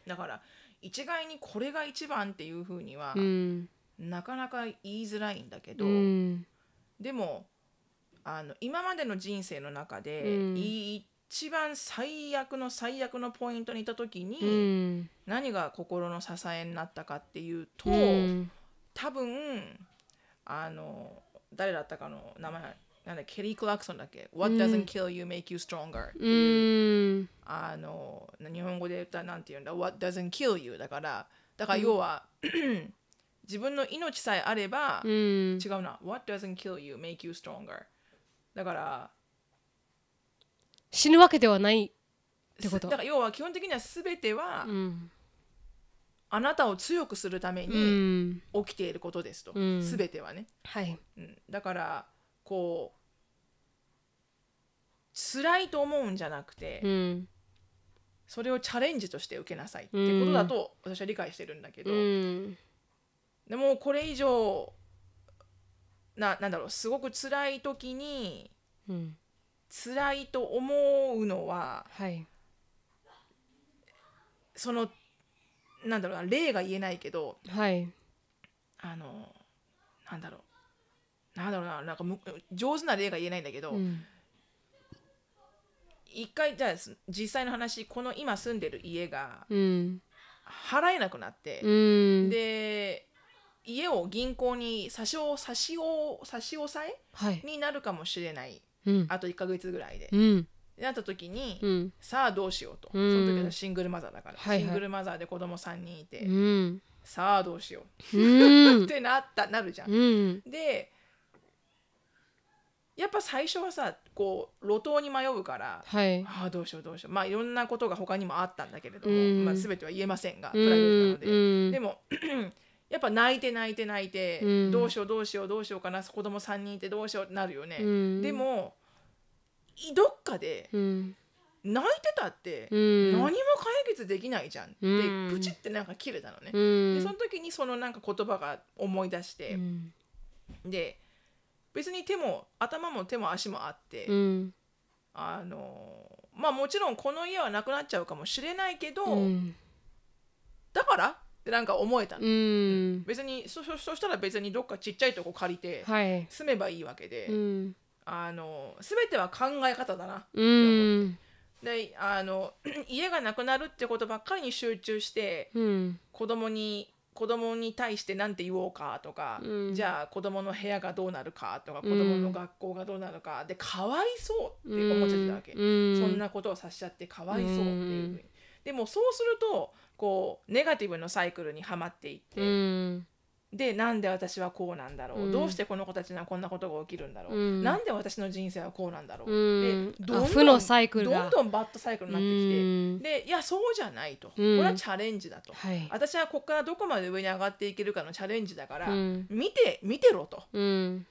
Speaker 2: だから一概にこれが一番っていうふうには、
Speaker 1: うん、
Speaker 2: なかなか言いづらいんだけど、
Speaker 1: うん、
Speaker 2: でもあの今までの人生の中で、
Speaker 1: うん
Speaker 2: い一番最悪の最悪のポイントにいた時に、
Speaker 1: うん、
Speaker 2: 何が心の支えになったかっていうと、
Speaker 1: うん
Speaker 2: 多分あの誰だったかの名前なんだケリー・クラクソンだっけ「What
Speaker 1: うん
Speaker 2: doesn't kill you make you stronger って
Speaker 1: う
Speaker 2: いう」
Speaker 1: ん、
Speaker 2: あの日本語で言ったらなんて言うんだ「What doesn't kill you」だからだから要は、 自分の命さえあれば、
Speaker 1: うん、
Speaker 2: 違うな「What doesn't kill you make you stronger」だから
Speaker 1: 死ぬわけではない、てこと
Speaker 2: すだから要は基本的には全ては、
Speaker 1: うん、
Speaker 2: あなたを強くするため
Speaker 1: う
Speaker 2: に
Speaker 1: ん、
Speaker 2: 起きていることですと、
Speaker 1: うん
Speaker 2: 全てはね、
Speaker 1: はい、
Speaker 2: うん、だからこう辛いと思うんじゃなくて、
Speaker 1: うん、
Speaker 2: それをチャレンジとして受けなさいっていうことだと私は理解してるんだけど、
Speaker 1: うん、
Speaker 2: でもこれ以上ななんだろうすごく辛い時に
Speaker 1: うん、
Speaker 2: 辛いと思うのは
Speaker 1: はい、
Speaker 2: そのなんだろうな例が言えないけど
Speaker 1: はい、
Speaker 2: あのなんだろうなんだろうななんかむ上手な例が言えないんだけど、
Speaker 1: うん、
Speaker 2: 一回じゃあす実際の話この今住んでる家が
Speaker 1: うん、
Speaker 2: 払えなくなって、
Speaker 1: うん、
Speaker 2: で家を銀行に差し押差し押差し押さえ
Speaker 1: はい、
Speaker 2: になるかもしれない
Speaker 1: うん、
Speaker 2: あと1ヶ月ぐらいで、
Speaker 1: うん、
Speaker 2: なった時に、
Speaker 1: うん、
Speaker 2: さあどうしようと、
Speaker 1: うん
Speaker 2: その時はシングルマザーだから、
Speaker 1: はいはい
Speaker 2: シングルマザーで子供3人いて、
Speaker 1: うん、
Speaker 2: さあどうしよう
Speaker 1: うん
Speaker 2: っ、てなったなるじゃん。
Speaker 1: うん、
Speaker 2: でやっぱ最初はさこう路頭に迷うから、
Speaker 1: はい。
Speaker 2: ああどうしようどうしようまあいろんなことが他にもあったんだけれども、
Speaker 1: うん
Speaker 2: まあ、全ては言えませんがプ
Speaker 1: う
Speaker 2: ライベー
Speaker 1: ん
Speaker 2: トなので、
Speaker 1: うん
Speaker 2: でも やっぱ泣いて泣いて泣いて、
Speaker 1: うん
Speaker 2: どうしようどうしようどうしようかな子供3人いてどうしようってなるよね、
Speaker 1: うん
Speaker 2: でもいどっかで
Speaker 1: うん
Speaker 2: 泣いてたって
Speaker 1: うん
Speaker 2: 何も解決できないじゃんって、
Speaker 1: うん
Speaker 2: プチってなんか切れたのね、
Speaker 1: うん
Speaker 2: でその時にそのなんか言葉が思い出して
Speaker 1: う、ん
Speaker 2: で別に手も頭も手も足もあって、
Speaker 1: うん
Speaker 2: あのまあもちろんこの家はなくなっちゃうかもしれないけど、
Speaker 1: うん
Speaker 2: だからってなんか思えたの、
Speaker 1: うん
Speaker 2: 別にそそそしたら別にどっかちっちゃいとこ借りて
Speaker 1: はい
Speaker 2: 住めばいいわけで、
Speaker 1: うん
Speaker 2: あの全ては考え方だな
Speaker 1: うん
Speaker 2: であの 家がなくなるってことばっかりに集中して
Speaker 1: うん
Speaker 2: 子供に子供に対して何て言おうかとか、
Speaker 1: うん
Speaker 2: じゃあ子供の部屋がどうなるかとか
Speaker 1: う
Speaker 2: 子
Speaker 1: ん
Speaker 2: 供の学校がどうなるかでかわいそうって思っちゃってたわけ、
Speaker 1: うん、
Speaker 2: そんなことを察しちゃってかわいそうっていうふうにでもそうするとこうネガティブのサイクルにはまっていって、
Speaker 1: うん
Speaker 2: でなんで私はこうなんだろう、
Speaker 1: うん
Speaker 2: どうしてこの子たちにはこんなことが起きるんだろう、
Speaker 1: うん
Speaker 2: なんで私の人生はこうなんだろう、
Speaker 1: うん
Speaker 2: でどんどん
Speaker 1: あ負のサイクル
Speaker 2: ど
Speaker 1: が
Speaker 2: んどんバッドサイクルになってき
Speaker 1: うん
Speaker 2: て。でいやそうじゃないと、
Speaker 1: うん
Speaker 2: これはチャレンジだと、
Speaker 1: はい
Speaker 2: 私はここからどこまで上に上がっていけるかのチャレンジだから、
Speaker 1: うん
Speaker 2: 見て見てろと
Speaker 1: うん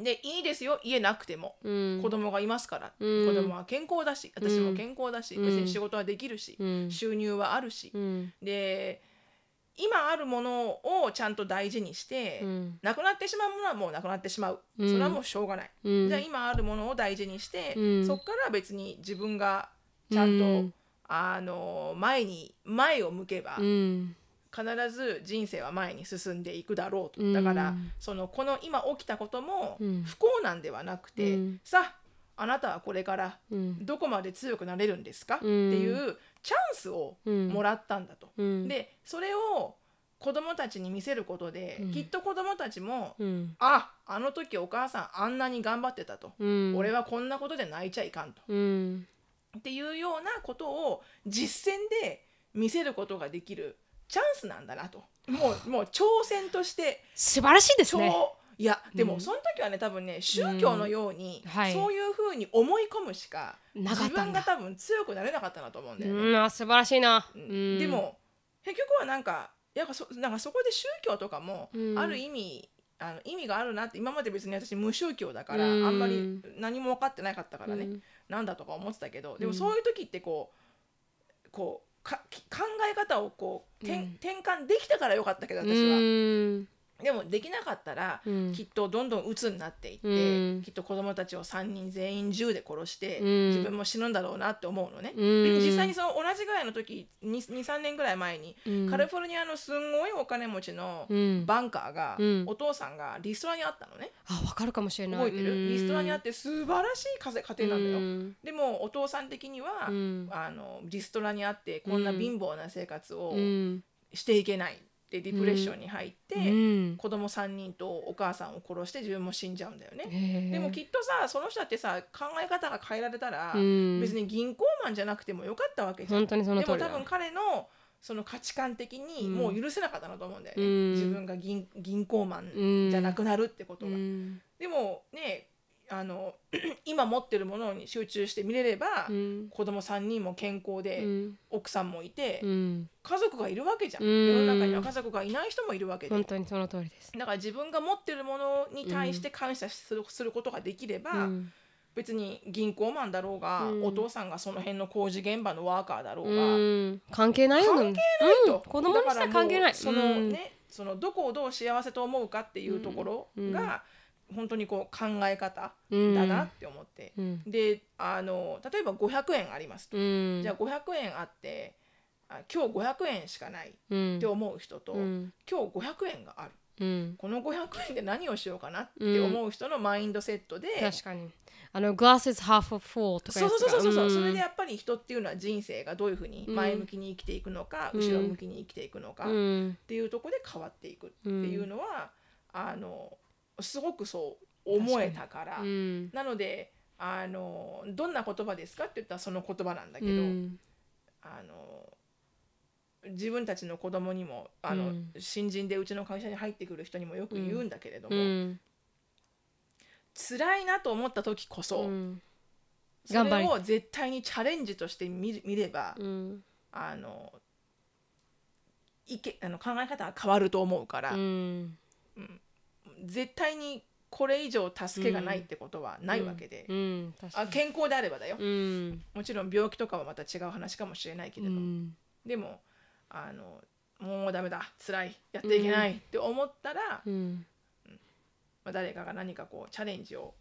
Speaker 2: でいいですよ家なくても
Speaker 1: うん
Speaker 2: 子供がいますから、
Speaker 1: うん
Speaker 2: 子供は健康だし私も健康だし、
Speaker 1: うん
Speaker 2: 別に仕事はできるし、
Speaker 1: うん
Speaker 2: 収入はあるし、
Speaker 1: うん
Speaker 2: で今あるものをちゃんと大事にして、
Speaker 1: うん
Speaker 2: なくなってしまうものはもうなくなってしまう、
Speaker 1: うん
Speaker 2: それはもうしょうがない、
Speaker 1: うん
Speaker 2: じゃあ今あるものを大事にして、
Speaker 1: うん
Speaker 2: そこから別に自分がちゃんと、
Speaker 1: うん
Speaker 2: あの前に前を向けば、
Speaker 1: うん
Speaker 2: 必ず人生は前に進んでいくだろうと、
Speaker 1: うん
Speaker 2: だからそのこの今起きたことも
Speaker 1: うん
Speaker 2: 不幸なんではなくて、
Speaker 1: うん
Speaker 2: さああなたはこれから
Speaker 1: うん
Speaker 2: どこまで強くなれるんですか、
Speaker 1: うん
Speaker 2: っていうチャンスを
Speaker 1: うん
Speaker 2: もらったんだと。
Speaker 1: うん
Speaker 2: でそれを子供たちに見せることで、
Speaker 1: うん
Speaker 2: きっと子供たちも、
Speaker 1: うん
Speaker 2: ああの時お母さんあんなに頑張ってたと、
Speaker 1: うん
Speaker 2: 俺はこんなことで泣いちゃいかんと。
Speaker 1: うん
Speaker 2: っていうようなことを実践で見せることができるチャンスなんだなともうもう挑戦として
Speaker 1: 素晴らしいです
Speaker 2: 超、
Speaker 1: ね
Speaker 2: いやで
Speaker 1: う
Speaker 2: も
Speaker 1: ん
Speaker 2: その時はね多分ね宗教のように、
Speaker 1: うんはい
Speaker 2: そういうふうに思い込むしか
Speaker 1: なかっ
Speaker 2: 自
Speaker 1: たん
Speaker 2: 分
Speaker 1: だ
Speaker 2: が多分強くなれなかったなと思うんだよね。
Speaker 1: うんあ素晴らしいなう
Speaker 2: うん
Speaker 1: ん
Speaker 2: でも結局はなんかやっぱそなんかそこで宗教とかも、
Speaker 1: うん
Speaker 2: ある意味あの意味があるなって今まで別に私無宗教だから、
Speaker 1: うん
Speaker 2: あんまり何も分かってなかったからね、
Speaker 1: うん
Speaker 2: なんだとか思ってたけどで
Speaker 1: うん
Speaker 2: もそういう時ってこうこうかき考え方をこう転,、
Speaker 1: うん
Speaker 2: 転換できたからよかったけど私は、
Speaker 1: うん
Speaker 2: でもできなかったら、
Speaker 1: うん
Speaker 2: きっとどんどん鬱になっていって、
Speaker 1: うん
Speaker 2: きっと子供たちを3人全員銃で殺して、
Speaker 1: うん
Speaker 2: 自分も死ぬんだろうなって思うのね。
Speaker 1: うん
Speaker 2: 実際にその同じぐらいの時23年ぐらい前に、
Speaker 1: うん
Speaker 2: カリフォルニアのすんごいお金持ちの
Speaker 1: うん
Speaker 2: バンカーが、
Speaker 1: うん
Speaker 2: お父さんがリストラにあったのね
Speaker 1: あわかるかもしれない
Speaker 2: 覚えてる、
Speaker 1: うん
Speaker 2: リストラにあって素晴らしい家家庭なんだよ、
Speaker 1: うん
Speaker 2: でもお父さん的には、
Speaker 1: うん
Speaker 2: あのリストラにあってこんな貧乏な生活を
Speaker 1: うん
Speaker 2: していけないってディプレッションに入って、
Speaker 1: うん
Speaker 2: 子供3人とお母さんを殺して自分も死んじゃうんだよね。
Speaker 1: へえ
Speaker 2: でもきっとさその人だってさ考え方が変えられたら、
Speaker 1: うん
Speaker 2: 別に銀行マンじゃなくてもよかったわけじゃん。
Speaker 1: 本当にその
Speaker 2: で
Speaker 1: 通
Speaker 2: も
Speaker 1: りだ
Speaker 2: 多分彼のその価値観的に
Speaker 1: うん
Speaker 2: もう許せなかったなと思うんだよね、
Speaker 1: うん
Speaker 2: 自分が銀銀行マン
Speaker 1: 分
Speaker 2: じゃなくなるってこと
Speaker 1: う
Speaker 2: が。
Speaker 1: ん
Speaker 2: でもねあの 今持ってるものに集中して見れれば、
Speaker 1: うん
Speaker 2: 子供三3人も健康で、
Speaker 1: うん
Speaker 2: 奥さんもいて、
Speaker 1: うん
Speaker 2: 家族がいるわけじゃん、
Speaker 1: うん
Speaker 2: 世の中には家族がいない人もいるわけで、
Speaker 1: 本当にその通りです
Speaker 2: だから自分が持ってるものに対して感謝する,、することができれば、
Speaker 1: うん
Speaker 2: 別に銀行マンだろうが、
Speaker 1: うん
Speaker 2: お父さんがその辺の工事現場のワーカーだろう
Speaker 1: う
Speaker 2: が、
Speaker 1: ん関係ないよね
Speaker 2: 関係
Speaker 1: うん
Speaker 2: と
Speaker 1: 子供にしたら関係ない
Speaker 2: だからもうそのね、そのどこをどう幸せと思うかっていうところ
Speaker 1: うん
Speaker 2: が、本当にこう考え方
Speaker 1: うん
Speaker 2: だなって思って、
Speaker 1: うん
Speaker 2: であの例えば500円ありますと、
Speaker 1: うん
Speaker 2: じゃあ500円あってあ今日500円しかない
Speaker 1: うん
Speaker 2: って思う人と、
Speaker 1: うん
Speaker 2: 今日500円がある
Speaker 1: うん
Speaker 2: この500円で何をしようかなって思う人のマインドセットで、
Speaker 1: 確かにあの glass is half full とか
Speaker 2: そ
Speaker 1: や
Speaker 2: う
Speaker 1: つが
Speaker 2: そうそうそうそう、
Speaker 1: ん
Speaker 2: それでやっぱり人っていうのは人生がどういうふうに
Speaker 1: うん
Speaker 2: 前向きに生きていくのか、
Speaker 1: うん
Speaker 2: 後ろ向きに生きていくのか、っ
Speaker 1: うん
Speaker 2: ていうところで変わっていくって
Speaker 1: うん
Speaker 2: いうのは、あのすごくそう思えたから
Speaker 1: うん
Speaker 2: なのであのどんな言葉ですかって言ったらその言葉なんだけ
Speaker 1: う
Speaker 2: ど、
Speaker 1: ん
Speaker 2: あの自分たちの子供にもあの、
Speaker 1: うん
Speaker 2: 新人でうちの会社に入ってくる人にもよく言うんだけれども、
Speaker 1: うん
Speaker 2: 辛いなと思った時こそ、
Speaker 1: うん
Speaker 2: そ
Speaker 1: 頑張
Speaker 2: れ
Speaker 1: り
Speaker 2: を絶対にチャレンジとして見る見れば、
Speaker 1: うん
Speaker 2: あのいけあの考え方が変わると思うから、
Speaker 1: うん
Speaker 2: 絶対にこれ以上助けがないってことはないわけで、
Speaker 1: うん確か
Speaker 2: あ
Speaker 1: に
Speaker 2: 健康であればだよ、
Speaker 1: うん
Speaker 2: もちろん病気とかはまた違う話かもしれないけれど、
Speaker 1: うん
Speaker 2: でもあのもうダメだ辛いやっていけないって思ったら、
Speaker 1: うん
Speaker 2: まあ、誰かが何かこうチャレンジを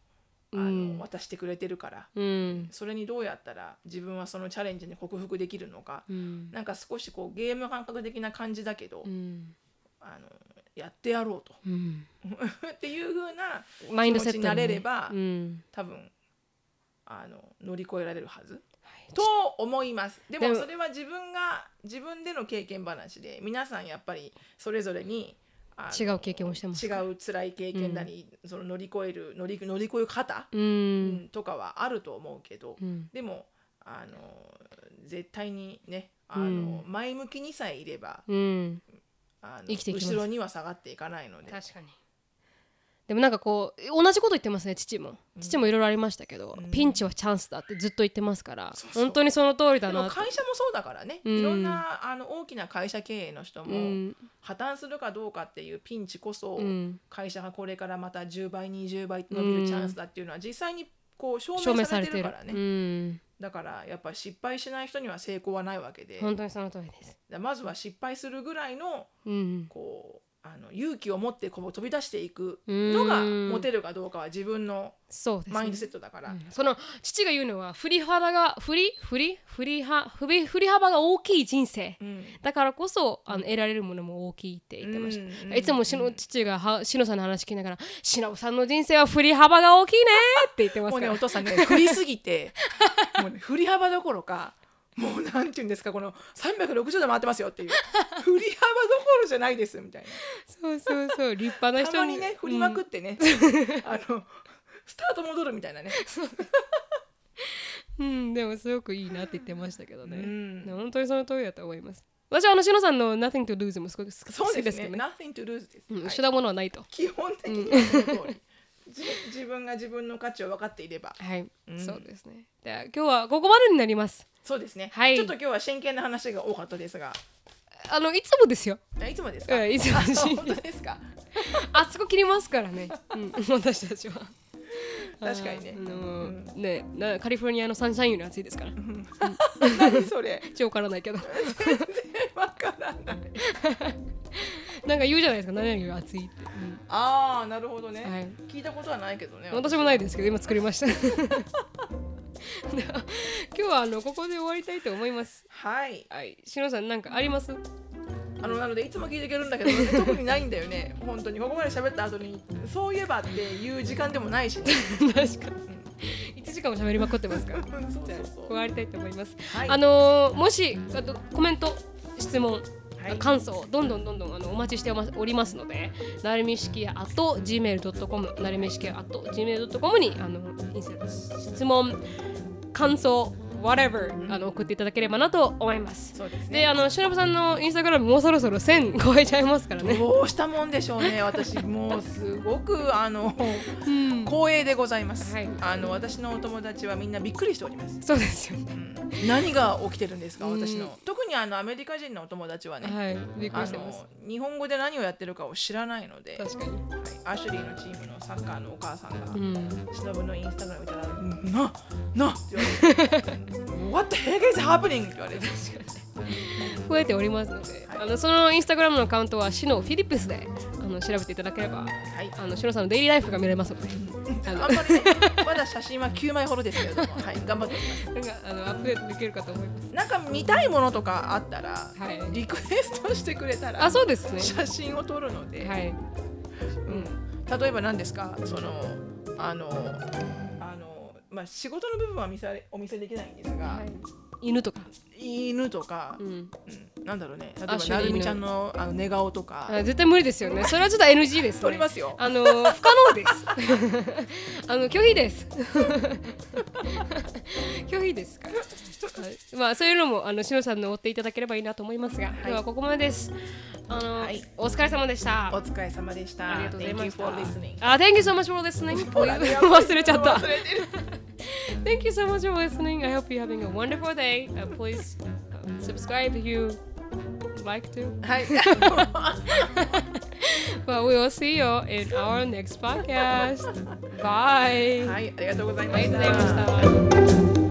Speaker 2: あ
Speaker 1: う
Speaker 2: の、
Speaker 1: ん
Speaker 2: 渡してくれてるから
Speaker 1: うん
Speaker 2: それにどうやったら自分はそのチャレンジに克服できるのか、
Speaker 1: うん
Speaker 2: なんか少しこうゲーム感覚的な感じだけど、
Speaker 1: うん
Speaker 2: あのやってやろうと
Speaker 1: うん
Speaker 2: っていう風な
Speaker 1: マインドセット
Speaker 2: 気持ちになれれば
Speaker 1: うん
Speaker 2: 多分あの乗り越えられるはず。
Speaker 1: はい
Speaker 2: と思いますで
Speaker 1: で
Speaker 2: も
Speaker 1: も
Speaker 2: それは自分が自分での経験話で皆さんやっぱりそれぞれにあの
Speaker 1: 違う経験をしてます
Speaker 2: 違う辛い経験なり、その乗り越える乗り乗り越え方、
Speaker 1: う
Speaker 2: うんんとかはあると思うけど、
Speaker 1: うん
Speaker 2: でもあの絶対にねあの、
Speaker 1: う
Speaker 2: 前向きにさえいれば
Speaker 1: うん
Speaker 2: あの
Speaker 1: 生きていきます
Speaker 2: 後ろには下がっていかないので、
Speaker 1: 確かにでもなんかこう同じこと言ってますね父も父もいろいろありましたけど、
Speaker 2: うん
Speaker 1: ピンチはチャンスだってずっと言ってますから
Speaker 2: そうそう
Speaker 1: 本当にその通り
Speaker 2: で
Speaker 1: だ
Speaker 2: も
Speaker 1: なと
Speaker 2: 会社もそうだからね、
Speaker 1: うん
Speaker 2: いろんなあの大きな会社経営の人
Speaker 1: う
Speaker 2: も
Speaker 1: ん
Speaker 2: 破綻するかどうかっていうピンチこそ、
Speaker 1: うん
Speaker 2: 会社がこれからまた10倍20倍伸びるチャンスだっていうのは実際にこう証明されてるからね、
Speaker 1: うん
Speaker 2: だからやっぱ失敗しない人には成功はないわけで、だか
Speaker 1: 本当にその通りです、
Speaker 2: らまずは失敗するぐらいの
Speaker 1: うん、
Speaker 2: こうあの勇気を持ってこう飛び出していく
Speaker 1: の
Speaker 2: のがモテるかどうかは自分の
Speaker 1: そうですね
Speaker 2: マインドセットだから、
Speaker 1: うんその父が言うのは振り幅が振り振り振りは振り振り幅が大きい人生
Speaker 2: うん
Speaker 1: だからこそあの得られるものも大きいって言ってました、
Speaker 2: うん
Speaker 1: いつもしの父がはしのさんの話聞きながら「しのさんの人生は振り幅が大きいね」って言ってます
Speaker 2: も
Speaker 1: か
Speaker 2: うね
Speaker 1: ら
Speaker 2: お父さんね振りすぎて もう、ね、振り幅どころかもうなんていうんですかこの360度回ってますよっていう振り幅どころじゃないですみたいな。
Speaker 1: そうそうそう立派な人
Speaker 2: たまにね振りま
Speaker 1: う
Speaker 2: くってね、あのスタート戻るみたいなね。
Speaker 1: ん、うんでもすごくいいなって言ってましたけど
Speaker 2: う
Speaker 1: ね、
Speaker 2: ん
Speaker 1: 本当にその通りだと思います私はあのしのさんの「Nothing to Lose」もすごく好き
Speaker 2: そう
Speaker 1: 好き
Speaker 2: で
Speaker 1: です
Speaker 2: す
Speaker 1: け
Speaker 2: ね。
Speaker 1: どね
Speaker 2: Nothing to lose です。
Speaker 1: うん
Speaker 2: はい
Speaker 1: 一緒なものはないと
Speaker 2: 基本的にはその 通り。じ自分が自分の価値を分かっていれば。
Speaker 1: はい、
Speaker 2: うん
Speaker 1: そうですねでは今日はここまでになります
Speaker 2: そうですね。
Speaker 1: はい
Speaker 2: ちょっと今日は真剣な話が多かったですが、
Speaker 1: あのいつもですよ
Speaker 2: あいつもですか。
Speaker 1: うんいつも
Speaker 2: あ
Speaker 1: 真
Speaker 2: 本当ですか。
Speaker 1: あそこ切りますからね、うん、 私たちは
Speaker 2: 確かにね
Speaker 1: あの
Speaker 2: うん
Speaker 1: ねなカリフォルニアのサンシャインより暑いですから
Speaker 2: 何 それ。
Speaker 1: 一応わからないけど
Speaker 2: わからない。
Speaker 1: なんか言うじゃないですか何々より暑いって、
Speaker 2: ああ、なるほどね、
Speaker 1: はい
Speaker 2: 聞いたことはないけどね。
Speaker 1: うん私もないですけど今作りましたでは今日はあのここで終わりたいと思います
Speaker 2: はい。
Speaker 1: はいしのさんなんかあります
Speaker 2: あのなのでいつも聞いてくれるんだけどね特にないんだよね本当にここまで喋った後にそういえばっていう時間でもないし、 ね、
Speaker 1: 確かに1時間も喋りまくってますから
Speaker 2: うんそうそうそう
Speaker 1: 終わりたいと思います、
Speaker 2: はい
Speaker 1: あのーもしあとコメント質問
Speaker 2: はい
Speaker 1: 感想どんどんどんどんあのお待ちしておまおりますのでなるみしきやあと gmail.com なるみしきやあと gmail.com にあのインスタ質問感想 whatever あの送っていただければなと思います
Speaker 2: そうです
Speaker 1: で
Speaker 2: ね
Speaker 1: あのしのぶさんのインスタグラムもうそろそろ1000超えちゃいますからね、
Speaker 2: どうしたもんでしょうね私もうすごくあの
Speaker 1: うん、
Speaker 2: 光栄でございます、
Speaker 1: はい
Speaker 2: あの私のお友達はみんなびっくりしております、
Speaker 1: そうですよね
Speaker 2: うん何が起きてるんですか
Speaker 1: うん
Speaker 2: 私の特にあのアメリカ人のお友達はね、
Speaker 1: はいびっく
Speaker 2: あ
Speaker 1: りしてます
Speaker 2: の日本語で何をやってるかを知らないので、はい
Speaker 1: 確かに
Speaker 2: アシュリーのチームのサッカーのお母さんが、
Speaker 1: うん
Speaker 2: しのぶのインスタグラム見たら「なな」って言われて「What the heck is happening?」って言われて
Speaker 1: 増えておりますので、あのそのインスタグラムのアカウントはシノフィリップスであの調べていただければ
Speaker 2: はい
Speaker 1: あのシノさんのデイリーライフが見れますので
Speaker 2: あんまりねまだ写真は9枚ほどですけれども、はい、頑張っております
Speaker 1: なんかあのアップデートできるかと思います。
Speaker 2: なんか見たいものとかあったら、
Speaker 1: はい
Speaker 2: リクエストしてくれたら
Speaker 1: あそうですね。
Speaker 2: 写真を撮るの で、
Speaker 1: はい。
Speaker 2: うん、例えば何ですかそのあのあの、まあ、仕事の部分は見せられお見せできないんですが、
Speaker 1: はい、犬とか。
Speaker 2: 犬とか
Speaker 1: う、ん。
Speaker 2: うん、なんだろうね例え
Speaker 1: あ
Speaker 2: ば
Speaker 1: 種
Speaker 2: な
Speaker 1: 類
Speaker 2: るみ
Speaker 1: 犬
Speaker 2: ちゃんのあの寝顔とか、
Speaker 1: あ絶対無理ですよね。それはちょっと NG です、ね。
Speaker 2: 撮りますよ。
Speaker 1: あの不可能です。あの拒否です。 拒否ですから。はいまあそういうのもあのしのさんの追っていただければいいなと思いますが、今日はここまでです。あの、
Speaker 2: はい
Speaker 1: お疲れ様でした。
Speaker 2: お疲れ様でした。
Speaker 1: ありがとうございました。
Speaker 2: Thank you for listening.
Speaker 1: あ、Thank you so much for listening. 忘れちゃった。Thank you so much for listening. I hope you're having a wonderful day. Uh, please uh, subscribe if you like to.
Speaker 2: はい。
Speaker 1: But we will see you in our next podcast. Bye.
Speaker 2: はい、ありがとうございま
Speaker 1: あり
Speaker 2: し
Speaker 1: がとうございま
Speaker 2: た
Speaker 1: し。た。